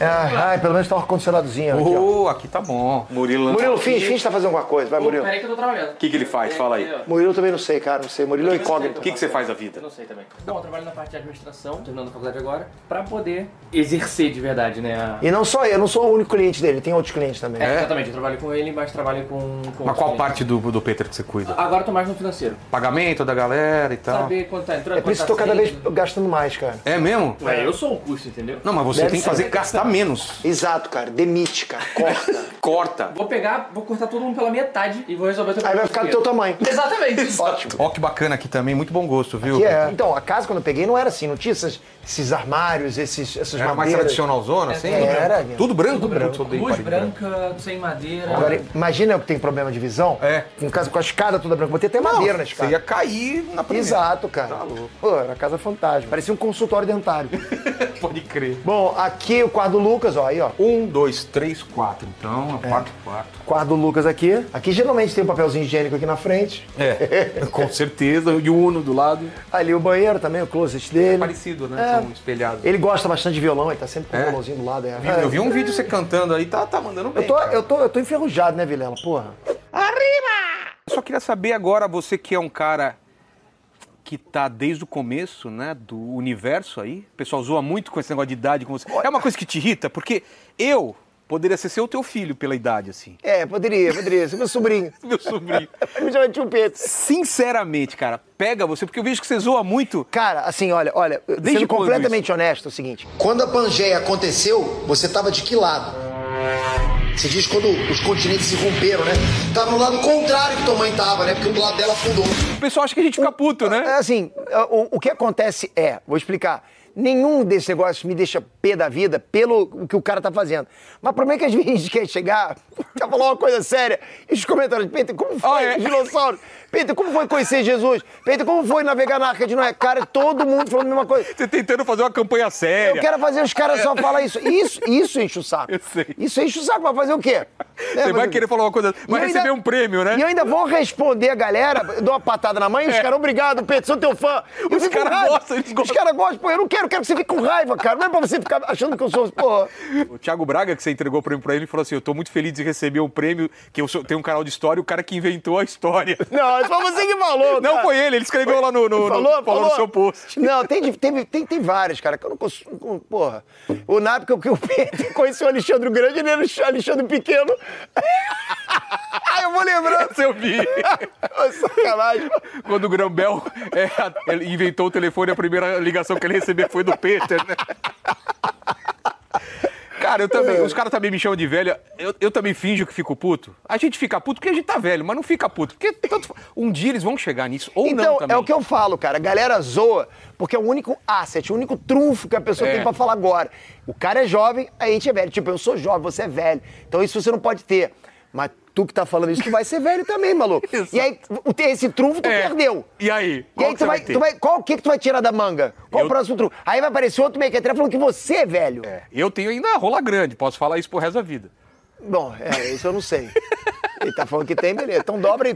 Speaker 1: É, ai, pelo menos tá um ar-condicionadozinho aqui, ó.
Speaker 3: Oh, aqui tá bom. Murilo.
Speaker 1: Murilo, finge, finge que tá fazendo alguma coisa. Vai, Murilo.
Speaker 7: que eu tô trabalhando.
Speaker 3: O que, que ele faz? Fala aí.
Speaker 1: Murilo também não sei, cara. Não sei. Murilo é incógnito.
Speaker 3: O que, que você faz da vida?
Speaker 7: Não sei também. Bom, eu trabalho na parte de administração, terminando a faculdade agora, pra poder exercer de verdade, né? a-
Speaker 1: E não só eu, eu não sou o único cliente dele, tem outros clientes também.
Speaker 7: É, exatamente. Eu trabalho com ele, mas trabalho com. com
Speaker 3: Mas qual
Speaker 7: outros clientes.
Speaker 3: parte do, do Peter que você cuida?
Speaker 7: Agora eu tô mais no financeiro.
Speaker 3: Pagamento da galera e tal.
Speaker 7: Saber quanto tá entrando.
Speaker 1: É por isso que eu tô
Speaker 7: quanto tá
Speaker 1: cada vez
Speaker 3: assim.
Speaker 7: saindo.
Speaker 1: gastando mais, cara.
Speaker 3: É mesmo?
Speaker 7: Ué, eu sou um custo, entendeu?
Speaker 3: Não, mas você
Speaker 1: Deve
Speaker 3: tem que
Speaker 1: ser.
Speaker 3: fazer gastar menos.
Speaker 1: Exato, cara. Demite, cara. Corta.
Speaker 3: Corta.
Speaker 7: Vou pegar, vou cortar todo mundo pela metade e vou resolver o teu
Speaker 1: Aí vai
Speaker 7: problema
Speaker 1: ficar do teu
Speaker 7: inteiro.
Speaker 1: tamanho.
Speaker 7: Exatamente.
Speaker 1: Ótimo.
Speaker 3: Ó, que bacana aqui também, muito bom gosto, viu?
Speaker 1: Que é. Então, a casa quando eu peguei não era assim, não tinha essas- esses armários, esses, essas
Speaker 3: Era mais
Speaker 1: madeiras.
Speaker 3: tradicional zona, assim?
Speaker 1: É, Era.
Speaker 3: Tudo branco? Tudo branco. Tudo
Speaker 7: Luz
Speaker 1: né?
Speaker 7: branca, sem madeira.
Speaker 1: Agora, imagina eu que tem problema de visão.
Speaker 3: né? É.
Speaker 1: Em casa com a escada toda branca. Botei até madeira na
Speaker 3: Você
Speaker 1: escada.
Speaker 3: ia cair na primeira.
Speaker 1: Exato, cara.
Speaker 3: Tá louco.
Speaker 1: Pô, era casa fantasma. Parecia um consultório dentário.
Speaker 3: Pode crer.
Speaker 1: Bom, aqui o quarto do Lucas, ó, aí, ó.
Speaker 3: Um, dois, três, quatro. Então, é quatro, quatro.
Speaker 1: Quarto do Lucas aqui. Aqui geralmente tem um papelzinho higiênico aqui na frente.
Speaker 3: É, com certeza. E o Uno do lado.
Speaker 1: Ali o banheiro também, o closet dele.
Speaker 3: É Parecido,
Speaker 1: É.
Speaker 3: né? São espelhados.
Speaker 1: Ele gosta bastante de violão, ele tá sempre com
Speaker 3: É?
Speaker 1: o violãozinho do lado. É.
Speaker 3: Vi- Eu vi um vídeo você cantando aí, tá, tá mandando bem.
Speaker 1: Eu tô,
Speaker 3: cara.
Speaker 1: eu, tô, eu tô enferrujado, né, Vilela? Porra.
Speaker 3: Eu só queria saber agora, você que é um cara que tá desde o começo, né, do universo aí. O pessoal zoa muito com esse negócio de idade com você. É uma coisa que te irrita, porque eu poderia ser seu teu filho pela idade, assim.
Speaker 1: É, poderia, poderia. Você é meu sobrinho.
Speaker 3: Meu sobrinho.
Speaker 1: Me chama
Speaker 3: um
Speaker 1: de chupeta.
Speaker 3: Sinceramente, cara, pega você, porque eu vejo que você zoa muito.
Speaker 1: Cara, assim, olha, olha,
Speaker 3: Desde
Speaker 1: sendo
Speaker 3: quando
Speaker 1: completamente honesto, é o seguinte. Quando a Pangeia aconteceu, você tava de que lado? Você diz quando os continentes se romperam, né? Tava no lado contrário que tua mãe tava, né? Porque do lado dela afundou.
Speaker 3: O pessoal acha que a gente fica puto, né?
Speaker 1: É assim, o, o que acontece é, vou explicar. Nenhum desses negócios me deixa pé da vida pelo o que o cara tá fazendo. Mas o problema é que às vezes a gente quer chegar, quer falar uma coisa séria, e os comentários, Peter, como foi
Speaker 3: Ah, é?
Speaker 1: os dinossauros? Peter, como foi conhecer Jesus? Peter, como foi navegar na Arca de Noé? Cara, todo mundo falando a mesma coisa.
Speaker 3: Você tentando fazer uma campanha séria.
Speaker 1: Eu quero fazer os caras só falar isso. Isso, isso enche o saco.
Speaker 3: Eu sei.
Speaker 1: Isso enche o saco, mas fazer o quê? Né,
Speaker 3: Você vai
Speaker 1: é, mas-
Speaker 3: querer falar uma coisa,
Speaker 1: E eu
Speaker 3: vai
Speaker 1: ainda-
Speaker 3: receber um prêmio, né? É.
Speaker 1: E eu ainda vou responder a galera, eu dou uma patada na mãe, os caras, obrigado, Pedro, sou teu fã. Eu
Speaker 3: Os
Speaker 1: fico com
Speaker 3: caras
Speaker 1: raiva.
Speaker 3: gostam, eles gostam.
Speaker 1: Os caras gostam, pô, eu não quero, eu quero que você fique com raiva, cara. Não é pra você ficar achando que eu sou, pô.
Speaker 3: O Thiago Braga, que você entregou o prêmio pra ele, falou assim: Eu tô muito feliz de receber um prêmio, que eu sou- tenho um canal de história, o cara que inventou a história.
Speaker 1: Não, é só você que falou.
Speaker 3: Não
Speaker 1: cara.
Speaker 3: foi ele, ele escreveu lá no, no, no-
Speaker 1: falou,
Speaker 3: falou
Speaker 1: falou
Speaker 3: no seu post.
Speaker 1: Não, tem, de- tem, tem, tem vários, cara, que eu não consigo. não- Porra. O na época que o Pedro conheceu o Alexandre o Grande, ele era o Alexandre Pequeno. Ah, eu vou lembrando.
Speaker 3: Essa eu vi.
Speaker 1: Ô, É Sacanagem.
Speaker 3: Quando o Grambel é, ele inventou o telefone, a primeira ligação que ele recebeu foi do Peter, né? Cara, eu também. Os caras também me chamam de velho. Eu, eu também finjo que fico puto. A gente fica puto porque a gente tá velho, mas não fica puto. Porque tanto, fa- um dia eles vão chegar nisso, ou não
Speaker 1: Então,
Speaker 3: também.
Speaker 1: é o que eu falo, cara. A galera zoa, porque é o único asset, o único trunfo que a pessoa
Speaker 3: É.
Speaker 1: tem pra falar agora. O cara é jovem, a gente é velho. Tipo, eu sou jovem, você é velho. Então isso você não pode ter. Mas tu que tá falando isso, tu vai ser velho também, maluco.
Speaker 3: Exato.
Speaker 1: E aí, o ter esse trunfo, tu
Speaker 3: É.
Speaker 1: perdeu.
Speaker 3: E
Speaker 1: E
Speaker 3: aí? Qual
Speaker 1: aí,
Speaker 3: que
Speaker 1: tu
Speaker 3: você
Speaker 1: vai,
Speaker 3: vai ter?
Speaker 1: tu vai- qual o que, que tu vai tirar da manga? Qual
Speaker 3: Eu-
Speaker 1: o próximo trunfo? Aí vai aparecer outro mequetrefe falando que você é velho.
Speaker 3: É, eu tenho ainda rola grande, posso falar isso pro resto da vida.
Speaker 1: Bom, é, isso eu não sei. Ele tá falando que tem, beleza. Então dobra aí.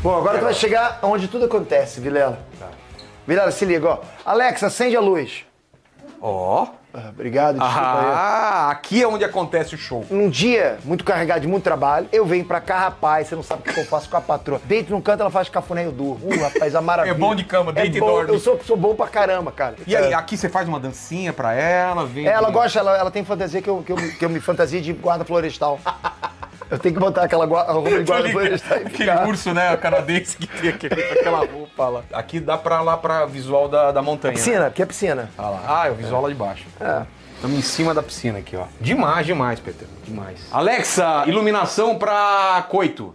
Speaker 1: Bom, agora tu vai chegar onde tudo acontece, Vilela.
Speaker 3: Tá.
Speaker 1: Vilela, se liga, ó. Alexa, acende a luz.
Speaker 3: Ó.
Speaker 1: Ah, Obrigado, desculpa aí.
Speaker 3: Ah, aqui é onde acontece o show.
Speaker 1: Num dia muito carregado de muito trabalho, eu venho pra cá, rapaz, você não sabe o que eu faço com a patroa. Deito num canto, ela faz cafuné e eu durmo. Uh, rapaz, a maravilha.
Speaker 3: É bom de cama, deita e
Speaker 1: bom,
Speaker 3: dorme.
Speaker 1: Eu sou, sou bom pra caramba, cara.
Speaker 3: E aí, aqui você faz uma dancinha pra ela, vem.
Speaker 1: É, ela gosta, ela, ela tem fantasia que eu, que, eu, que eu me fantasia de guarda florestal. Eu tenho que botar aquela gua- a roupa de
Speaker 3: Tô
Speaker 1: guarda
Speaker 3: ligado.
Speaker 1: florestal e
Speaker 3: Aquele
Speaker 1: ficar.
Speaker 3: urso, né, canadense que tem aquele- aquela roupa lá. Aqui dá pra lá pra visual da, da montanha. né?
Speaker 1: Piscina, porque é piscina.
Speaker 3: Ah, lá. Ah, é o visual lá de baixo. É. Estamos em cima da piscina aqui, ó. Demais, demais, Peter. Demais. Alexa, iluminação pra coito.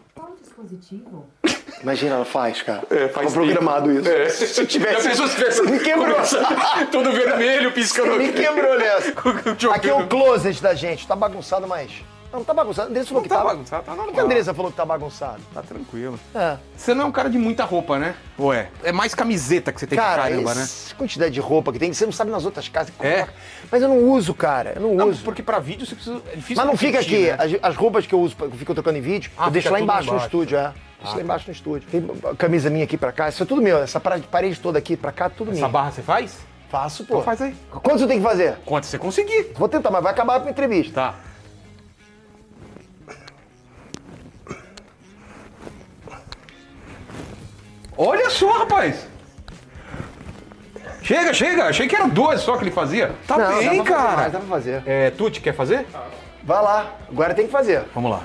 Speaker 1: Imagina, ela faz, cara.
Speaker 3: É, faz
Speaker 1: Ficou programado isso.
Speaker 3: Se tivesse. Se a pessoa tivesse.
Speaker 1: Me quebrou.
Speaker 3: Todo vermelho, piscando.
Speaker 1: Me quebrou nessa.
Speaker 3: Com o
Speaker 1: Aqui é o
Speaker 3: jogando.
Speaker 1: closet da gente. Tá bagunçado, mas. Não, não tá bagunçado. A Andressa falou que
Speaker 3: tá
Speaker 1: tava.
Speaker 3: bagunçado, tá
Speaker 1: Por que a
Speaker 3: normal.
Speaker 1: Andressa falou que tá bagunçado?
Speaker 3: Tá tranquilo.
Speaker 1: É.
Speaker 3: Você não é um cara de muita roupa, né? Ou é? É mais camiseta que você tem
Speaker 1: Cara, é
Speaker 3: pra caramba, né?
Speaker 1: essa quantidade de roupa que tem, você não sabe nas outras casas. que
Speaker 3: É.
Speaker 1: coloca. Mas eu não uso, cara. Eu não,
Speaker 3: Não,
Speaker 1: uso.
Speaker 3: porque pra vídeo você precisa. É difícil
Speaker 1: Mas não fica aqui.
Speaker 3: repetir, né?
Speaker 1: As, as roupas que eu uso, pra- que eu fico trocando em vídeo,
Speaker 3: Ah,
Speaker 1: eu deixo
Speaker 3: fica
Speaker 1: lá
Speaker 3: tudo
Speaker 1: embaixo,
Speaker 3: embaixo.
Speaker 1: no estúdio, é. Deixo lá embaixo no estúdio. Tem b- camisa minha aqui pra cá, isso é tudo meu. Essa parede, parede toda aqui pra cá, tudo
Speaker 3: Essa
Speaker 1: minha.
Speaker 3: barra você faz?
Speaker 1: Faço, pô.
Speaker 3: Então faz aí.
Speaker 1: Quanto eu tenho que fazer?
Speaker 3: Quanto você conseguir.
Speaker 1: Vou tentar, mas vai acabar a entrevista.
Speaker 3: Tá. Olha só, rapaz! Chega, chega! Achei que era duas só que ele fazia. Tá
Speaker 1: Não,
Speaker 3: bem,
Speaker 1: dá pra fazer
Speaker 3: cara!
Speaker 1: mais, dá pra fazer.
Speaker 3: É, Tuti, quer fazer?
Speaker 1: Vai lá, agora tem que fazer.
Speaker 3: Vamos lá.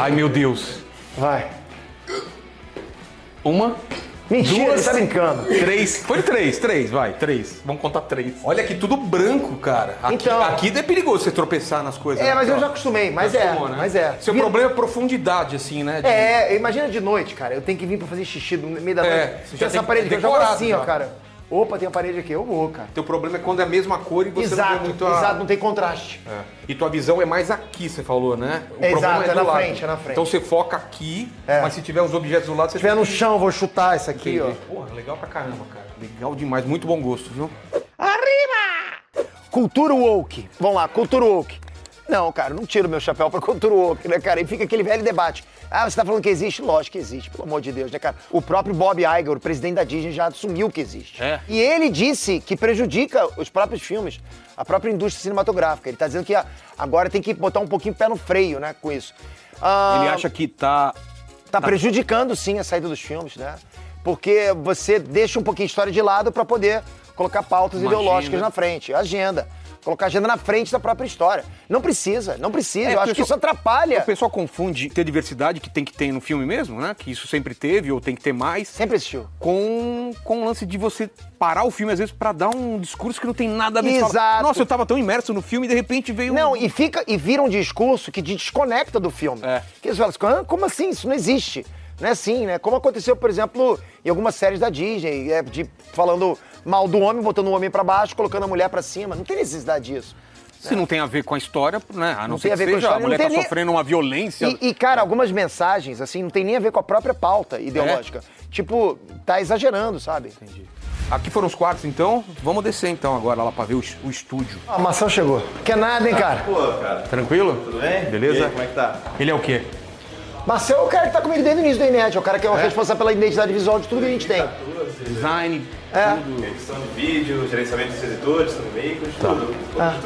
Speaker 3: Ai, meu Deus.
Speaker 1: Vai.
Speaker 3: Uma,
Speaker 1: Mentira,
Speaker 3: Duas.
Speaker 1: você tá brincando.
Speaker 3: três. Foi três, três, vai, três. Vamos contar três. Olha aqui, tudo branco, cara. Aqui,
Speaker 1: Então.
Speaker 3: aqui é perigoso você tropeçar nas coisas.
Speaker 1: É,
Speaker 3: né?
Speaker 1: mas eu
Speaker 3: Então,
Speaker 1: já acostumei, mas é,
Speaker 3: acostumou, né?
Speaker 1: mas é.
Speaker 3: Seu
Speaker 1: Vira-
Speaker 3: problema é profundidade, assim, né? de-
Speaker 1: É, imagina de noite, cara. Eu tenho que vir pra fazer xixi no meio da noite.
Speaker 3: É, você já
Speaker 1: tem
Speaker 3: tem
Speaker 1: essa
Speaker 3: que-
Speaker 1: parede aqui, eu jogo
Speaker 3: decorado
Speaker 1: assim,
Speaker 3: já.
Speaker 1: ó, cara. Opa, tem a parede aqui. Eu vou, cara.
Speaker 3: Teu problema é quando é a mesma cor e você não vê
Speaker 1: exato,
Speaker 3: muito a...
Speaker 1: exato, não tem contraste.
Speaker 3: É. E tua visão é mais aqui, você falou, né? O
Speaker 1: É,
Speaker 3: problema
Speaker 1: exato, é
Speaker 3: do
Speaker 1: na
Speaker 3: lado.
Speaker 1: frente, é na frente. É.
Speaker 3: Então você foca aqui, mas se tiver uns objetos do lado, você...
Speaker 1: Se tiver no chão, eu vou chutar isso aqui, ó.
Speaker 3: Porra, legal pra caramba, cara. Legal demais, muito bom gosto, viu?
Speaker 1: Cultura woke. Vamos lá, cultura woke. Não, cara, não tiro meu chapéu pra cultura woke, né, cara? E fica aquele velho debate. Ah, você tá falando que existe? Lógico que existe, pelo amor de Deus, né, cara? O próprio Bob Iger, o presidente da Disney, já assumiu que existe.
Speaker 3: É.
Speaker 1: E ele disse que prejudica os próprios filmes, a própria indústria cinematográfica. Ele tá dizendo que ah, agora tem que botar um pouquinho o pé no freio, né, com isso. Ah,
Speaker 3: Ele acha que tá...
Speaker 1: Tá prejudicando sim a saída dos filmes, né? Porque você deixa um pouquinho a história de lado pra poder colocar pautas
Speaker 3: Uma
Speaker 1: ideológicas
Speaker 3: agenda.
Speaker 1: na frente, agenda. Colocar agenda na frente da própria história. Não precisa, não precisa.
Speaker 3: É,
Speaker 1: Eu acho
Speaker 3: pessoal-
Speaker 1: que isso atrapalha.
Speaker 3: O pessoal confunde ter diversidade, que tem que ter no filme mesmo, né? Que isso sempre teve ou tem que ter mais,
Speaker 1: Sempre existiu.
Speaker 3: com, com o lance de você parar o filme, às vezes, pra dar um discurso que não tem nada a ver. Você fala,
Speaker 1: Exato.
Speaker 3: Nossa, eu tava tão imerso no filme e de repente veio um...
Speaker 1: Não, e fica e vira um discurso que te desconecta do filme.
Speaker 3: É.
Speaker 1: Que você fala assim, "Hã? como assim? Isso não existe. Não é assim, né? Como aconteceu, por exemplo, em algumas séries da Disney, é, de, falando mal do homem, botando o homem pra baixo, colocando a mulher pra cima. Não tem necessidade disso.
Speaker 3: Se não tem a ver com a história, né? A não,
Speaker 1: Não
Speaker 3: ser
Speaker 1: tem a
Speaker 3: que
Speaker 1: ver com a
Speaker 3: seja, a,
Speaker 1: história, não
Speaker 3: mulher tá
Speaker 1: tem nem-
Speaker 3: sofrendo uma violência.
Speaker 1: E, e, cara, algumas mensagens, assim, não tem nem a ver com a própria pauta ideológica. Tipo, tá exagerando, sabe? Entendi.
Speaker 3: Aqui foram os quartos, então. Vamos descer, então, agora lá pra ver o, es- o estúdio.
Speaker 1: A maçã Ah, chegou. Quer nada, hein, cara?
Speaker 3: Tranquilo? Tudo bem? Beleza? como é que tá? Ele é o quê?
Speaker 1: Maçã é o cara que tá comigo desde o início da internet. É o cara que é o responsável pela identidade visual de tudo que a gente tem.
Speaker 3: Design.
Speaker 9: Edição de vídeo, gerenciamento dos editores, dos veículos, tudo. tudo.
Speaker 10: Tá.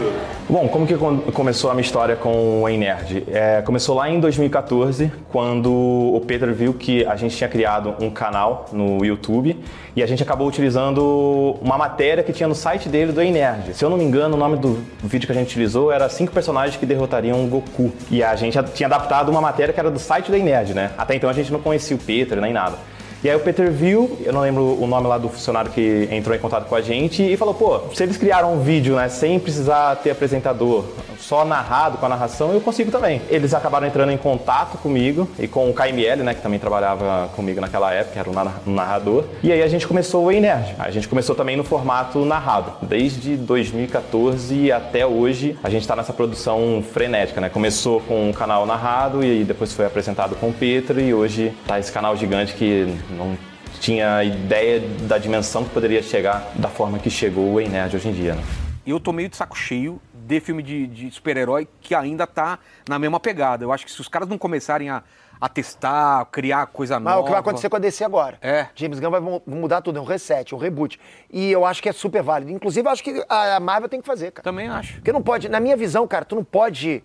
Speaker 10: Bom, como que com- começou a minha história com o Ei Nerd? É, começou lá em 2014, quando o Pedro viu que a gente tinha criado um canal no YouTube e a gente acabou utilizando uma matéria que tinha no site dele do Ei Nerd. Se eu não me engano, o nome do vídeo que a gente utilizou era cinco personagens que derrotariam o Goku. E a gente tinha adaptado uma matéria que era do site do Ei Nerd, né? Até então a gente não conhecia o Pedro nem nada. E aí o Peter viu, eu não lembro o nome lá do funcionário que entrou em contato com a gente e falou, pô, se eles criaram um vídeo, né, sem precisar ter apresentador, só narrado com a narração, eu consigo também. Eles acabaram entrando em contato comigo e com o KML, né, que também trabalhava comigo naquela época, era um nar- um narrador. E aí a gente começou o Ei Nerd. A gente começou também no formato narrado. Desde 2014 até hoje, a gente tá nessa produção frenética, né? Começou com um canal narrado e depois foi apresentado com o Peter e hoje tá esse canal gigante que não tinha ideia da dimensão que poderia chegar da forma que chegou o Ei Nerd hoje em dia, né?
Speaker 3: E eu tô meio de saco cheio de filme de, de super-herói que ainda tá na mesma pegada. Eu acho que se os caras não começarem a, a testar, criar coisa
Speaker 1: Mas
Speaker 3: nova...
Speaker 1: o que vai acontecer com a DC agora?
Speaker 3: É.
Speaker 1: James Gunn vai mu- mudar tudo, é um reset, um reboot. E eu acho que é super válido. Inclusive, eu acho que a Marvel tem que fazer, cara.
Speaker 3: Também acho.
Speaker 1: Porque não pode, na minha visão, cara, tu não pode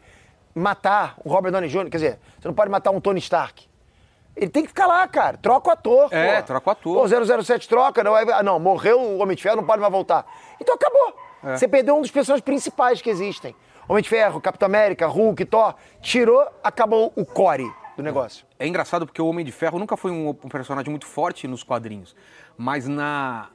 Speaker 1: matar o Robert Downey Jr., quer dizer, você não pode matar um Tony Stark. Ele tem que ficar lá, cara. Troca o ator.
Speaker 3: É,
Speaker 1: pô.
Speaker 3: troca o ator.
Speaker 1: Pô, 007 troca, não, aí- ah, não, morreu o Homem de Ferro, não pode mais voltar. Então acabou.
Speaker 3: É.
Speaker 1: Você perdeu um dos personagens principais que existem. Homem de Ferro, Capitão América, Hulk, Thor. Tirou, acabou o core do negócio.
Speaker 3: É engraçado porque o Homem de Ferro nunca foi um, um personagem muito forte nos quadrinhos, mas na